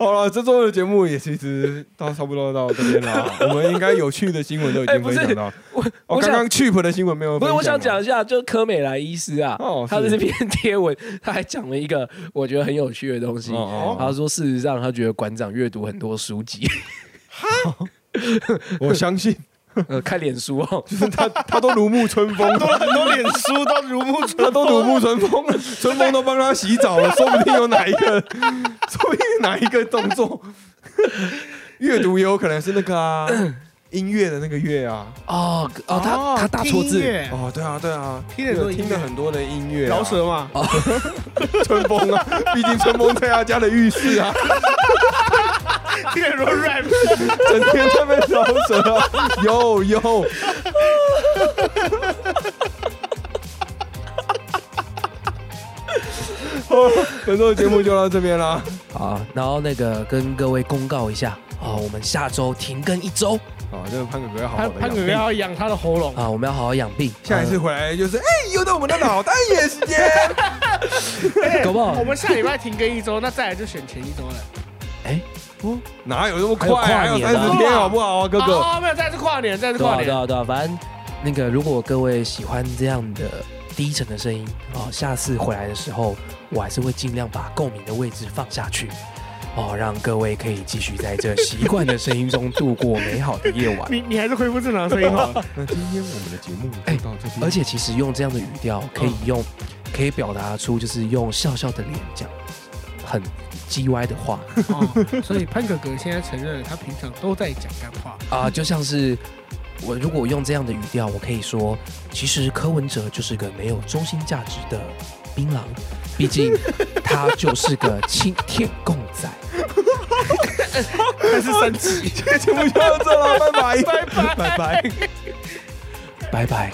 Speaker 1: 好了，这周的节目也其实到差不多到这边了，我们应该有趣的新闻都已
Speaker 2: 哎
Speaker 1: 经
Speaker 2: 不
Speaker 1: 分
Speaker 2: 是
Speaker 1: 享到了。
Speaker 2: 我
Speaker 1: 哦，
Speaker 2: 我
Speaker 1: 刚
Speaker 2: 想
Speaker 1: 刚 Cheap 的新闻没有分享
Speaker 2: 不
Speaker 1: 吗，
Speaker 2: 是，我想讲一下，就是科美莱医师啊，
Speaker 1: 哦
Speaker 2: 他
Speaker 1: 是
Speaker 2: 的这篇贴文，他还讲了一个我觉得很有趣的东西。
Speaker 1: 哦哦
Speaker 2: 他说，事实上他觉得馆长阅读很多书
Speaker 1: [laughs]
Speaker 2: 籍，
Speaker 1: 我相信， [laughs]
Speaker 2: 呃，看脸书哦。
Speaker 1: 就是他他都如沐春风
Speaker 2: [laughs]
Speaker 1: 了，
Speaker 3: 很多脸书都如沐 [laughs] 春
Speaker 1: 他都如沐春风了， [laughs] 春风都帮他洗澡
Speaker 3: [laughs]
Speaker 1: 了，说不定有哪一个， [laughs] 说不定哪一个动
Speaker 3: [laughs]
Speaker 1: 作，阅读也有可能是那个啊，
Speaker 3: [coughs]
Speaker 1: 音乐的那个乐啊，
Speaker 2: 哦哦，
Speaker 3: [laughs]
Speaker 2: 他他打错字
Speaker 3: 听，耶
Speaker 1: 哦，对啊，对啊，
Speaker 3: 哎听了很多音乐
Speaker 1: 听了很多的音乐啊，
Speaker 3: 饶舌嘛，
Speaker 1: 春风啊， [laughs] 毕竟春风在他家的浴室
Speaker 3: [laughs]
Speaker 1: 啊，
Speaker 3: [laughs] 听了很多 rap，
Speaker 1: 整天在那边饶舌
Speaker 3: [laughs]
Speaker 1: 啊，有有。好，哦本周的节目就到这边啦。
Speaker 2: 啊，然后那个跟各位公告一下啊，我们下周停更一周
Speaker 1: 啊，这个潘哥哥要好好
Speaker 3: 潘
Speaker 1: 的
Speaker 3: 潘哥哥要养他的喉咙。
Speaker 2: 啊，我们要好好养病。
Speaker 1: 下一次回来就是，哎、又到我们的脑袋眼时间。
Speaker 3: 哎
Speaker 2: 啊搞
Speaker 1: [laughs]
Speaker 2: 不好
Speaker 3: 我们下礼拜停更一周，那再来就选前一周了。
Speaker 2: 哎，
Speaker 1: 哪有那么快、
Speaker 2: 还
Speaker 1: 还有
Speaker 2: 有跨年
Speaker 1: 三
Speaker 2: 啊
Speaker 1: 十天，好不好啊，哥哥？
Speaker 3: 哦，没有，再次跨年，再次
Speaker 2: 对
Speaker 3: 跨
Speaker 2: 啊对
Speaker 3: 年。
Speaker 2: 啊对啊，反正那个如果各位喜欢这样的低沉的声音哦，下次回来的时候，我还是会尽量把共鸣的位置放下去。哦，让各位可以继续在这习惯的声音中度过美好的夜晚。
Speaker 3: 你你还是恢复正常声音好了。
Speaker 1: 那今天我们的节目就到这边，
Speaker 2: 而且其实用这样的语调，可以用，可以表达出就是用笑笑的脸讲很叽歪的话，
Speaker 3: 哦，所以潘哥哥现在承认了，他平常都在讲干话。
Speaker 2: 啊、就像是我如果用这样的语调，我可以说，其实柯文哲就是个没有中心价值的槟榔，毕竟他就是个青 [laughs] 天公仔。
Speaker 3: 但是
Speaker 1: [laughs]
Speaker 3: 三级。
Speaker 1: 今天节目就到这了，拜拜，拜拜。
Speaker 2: 拜拜。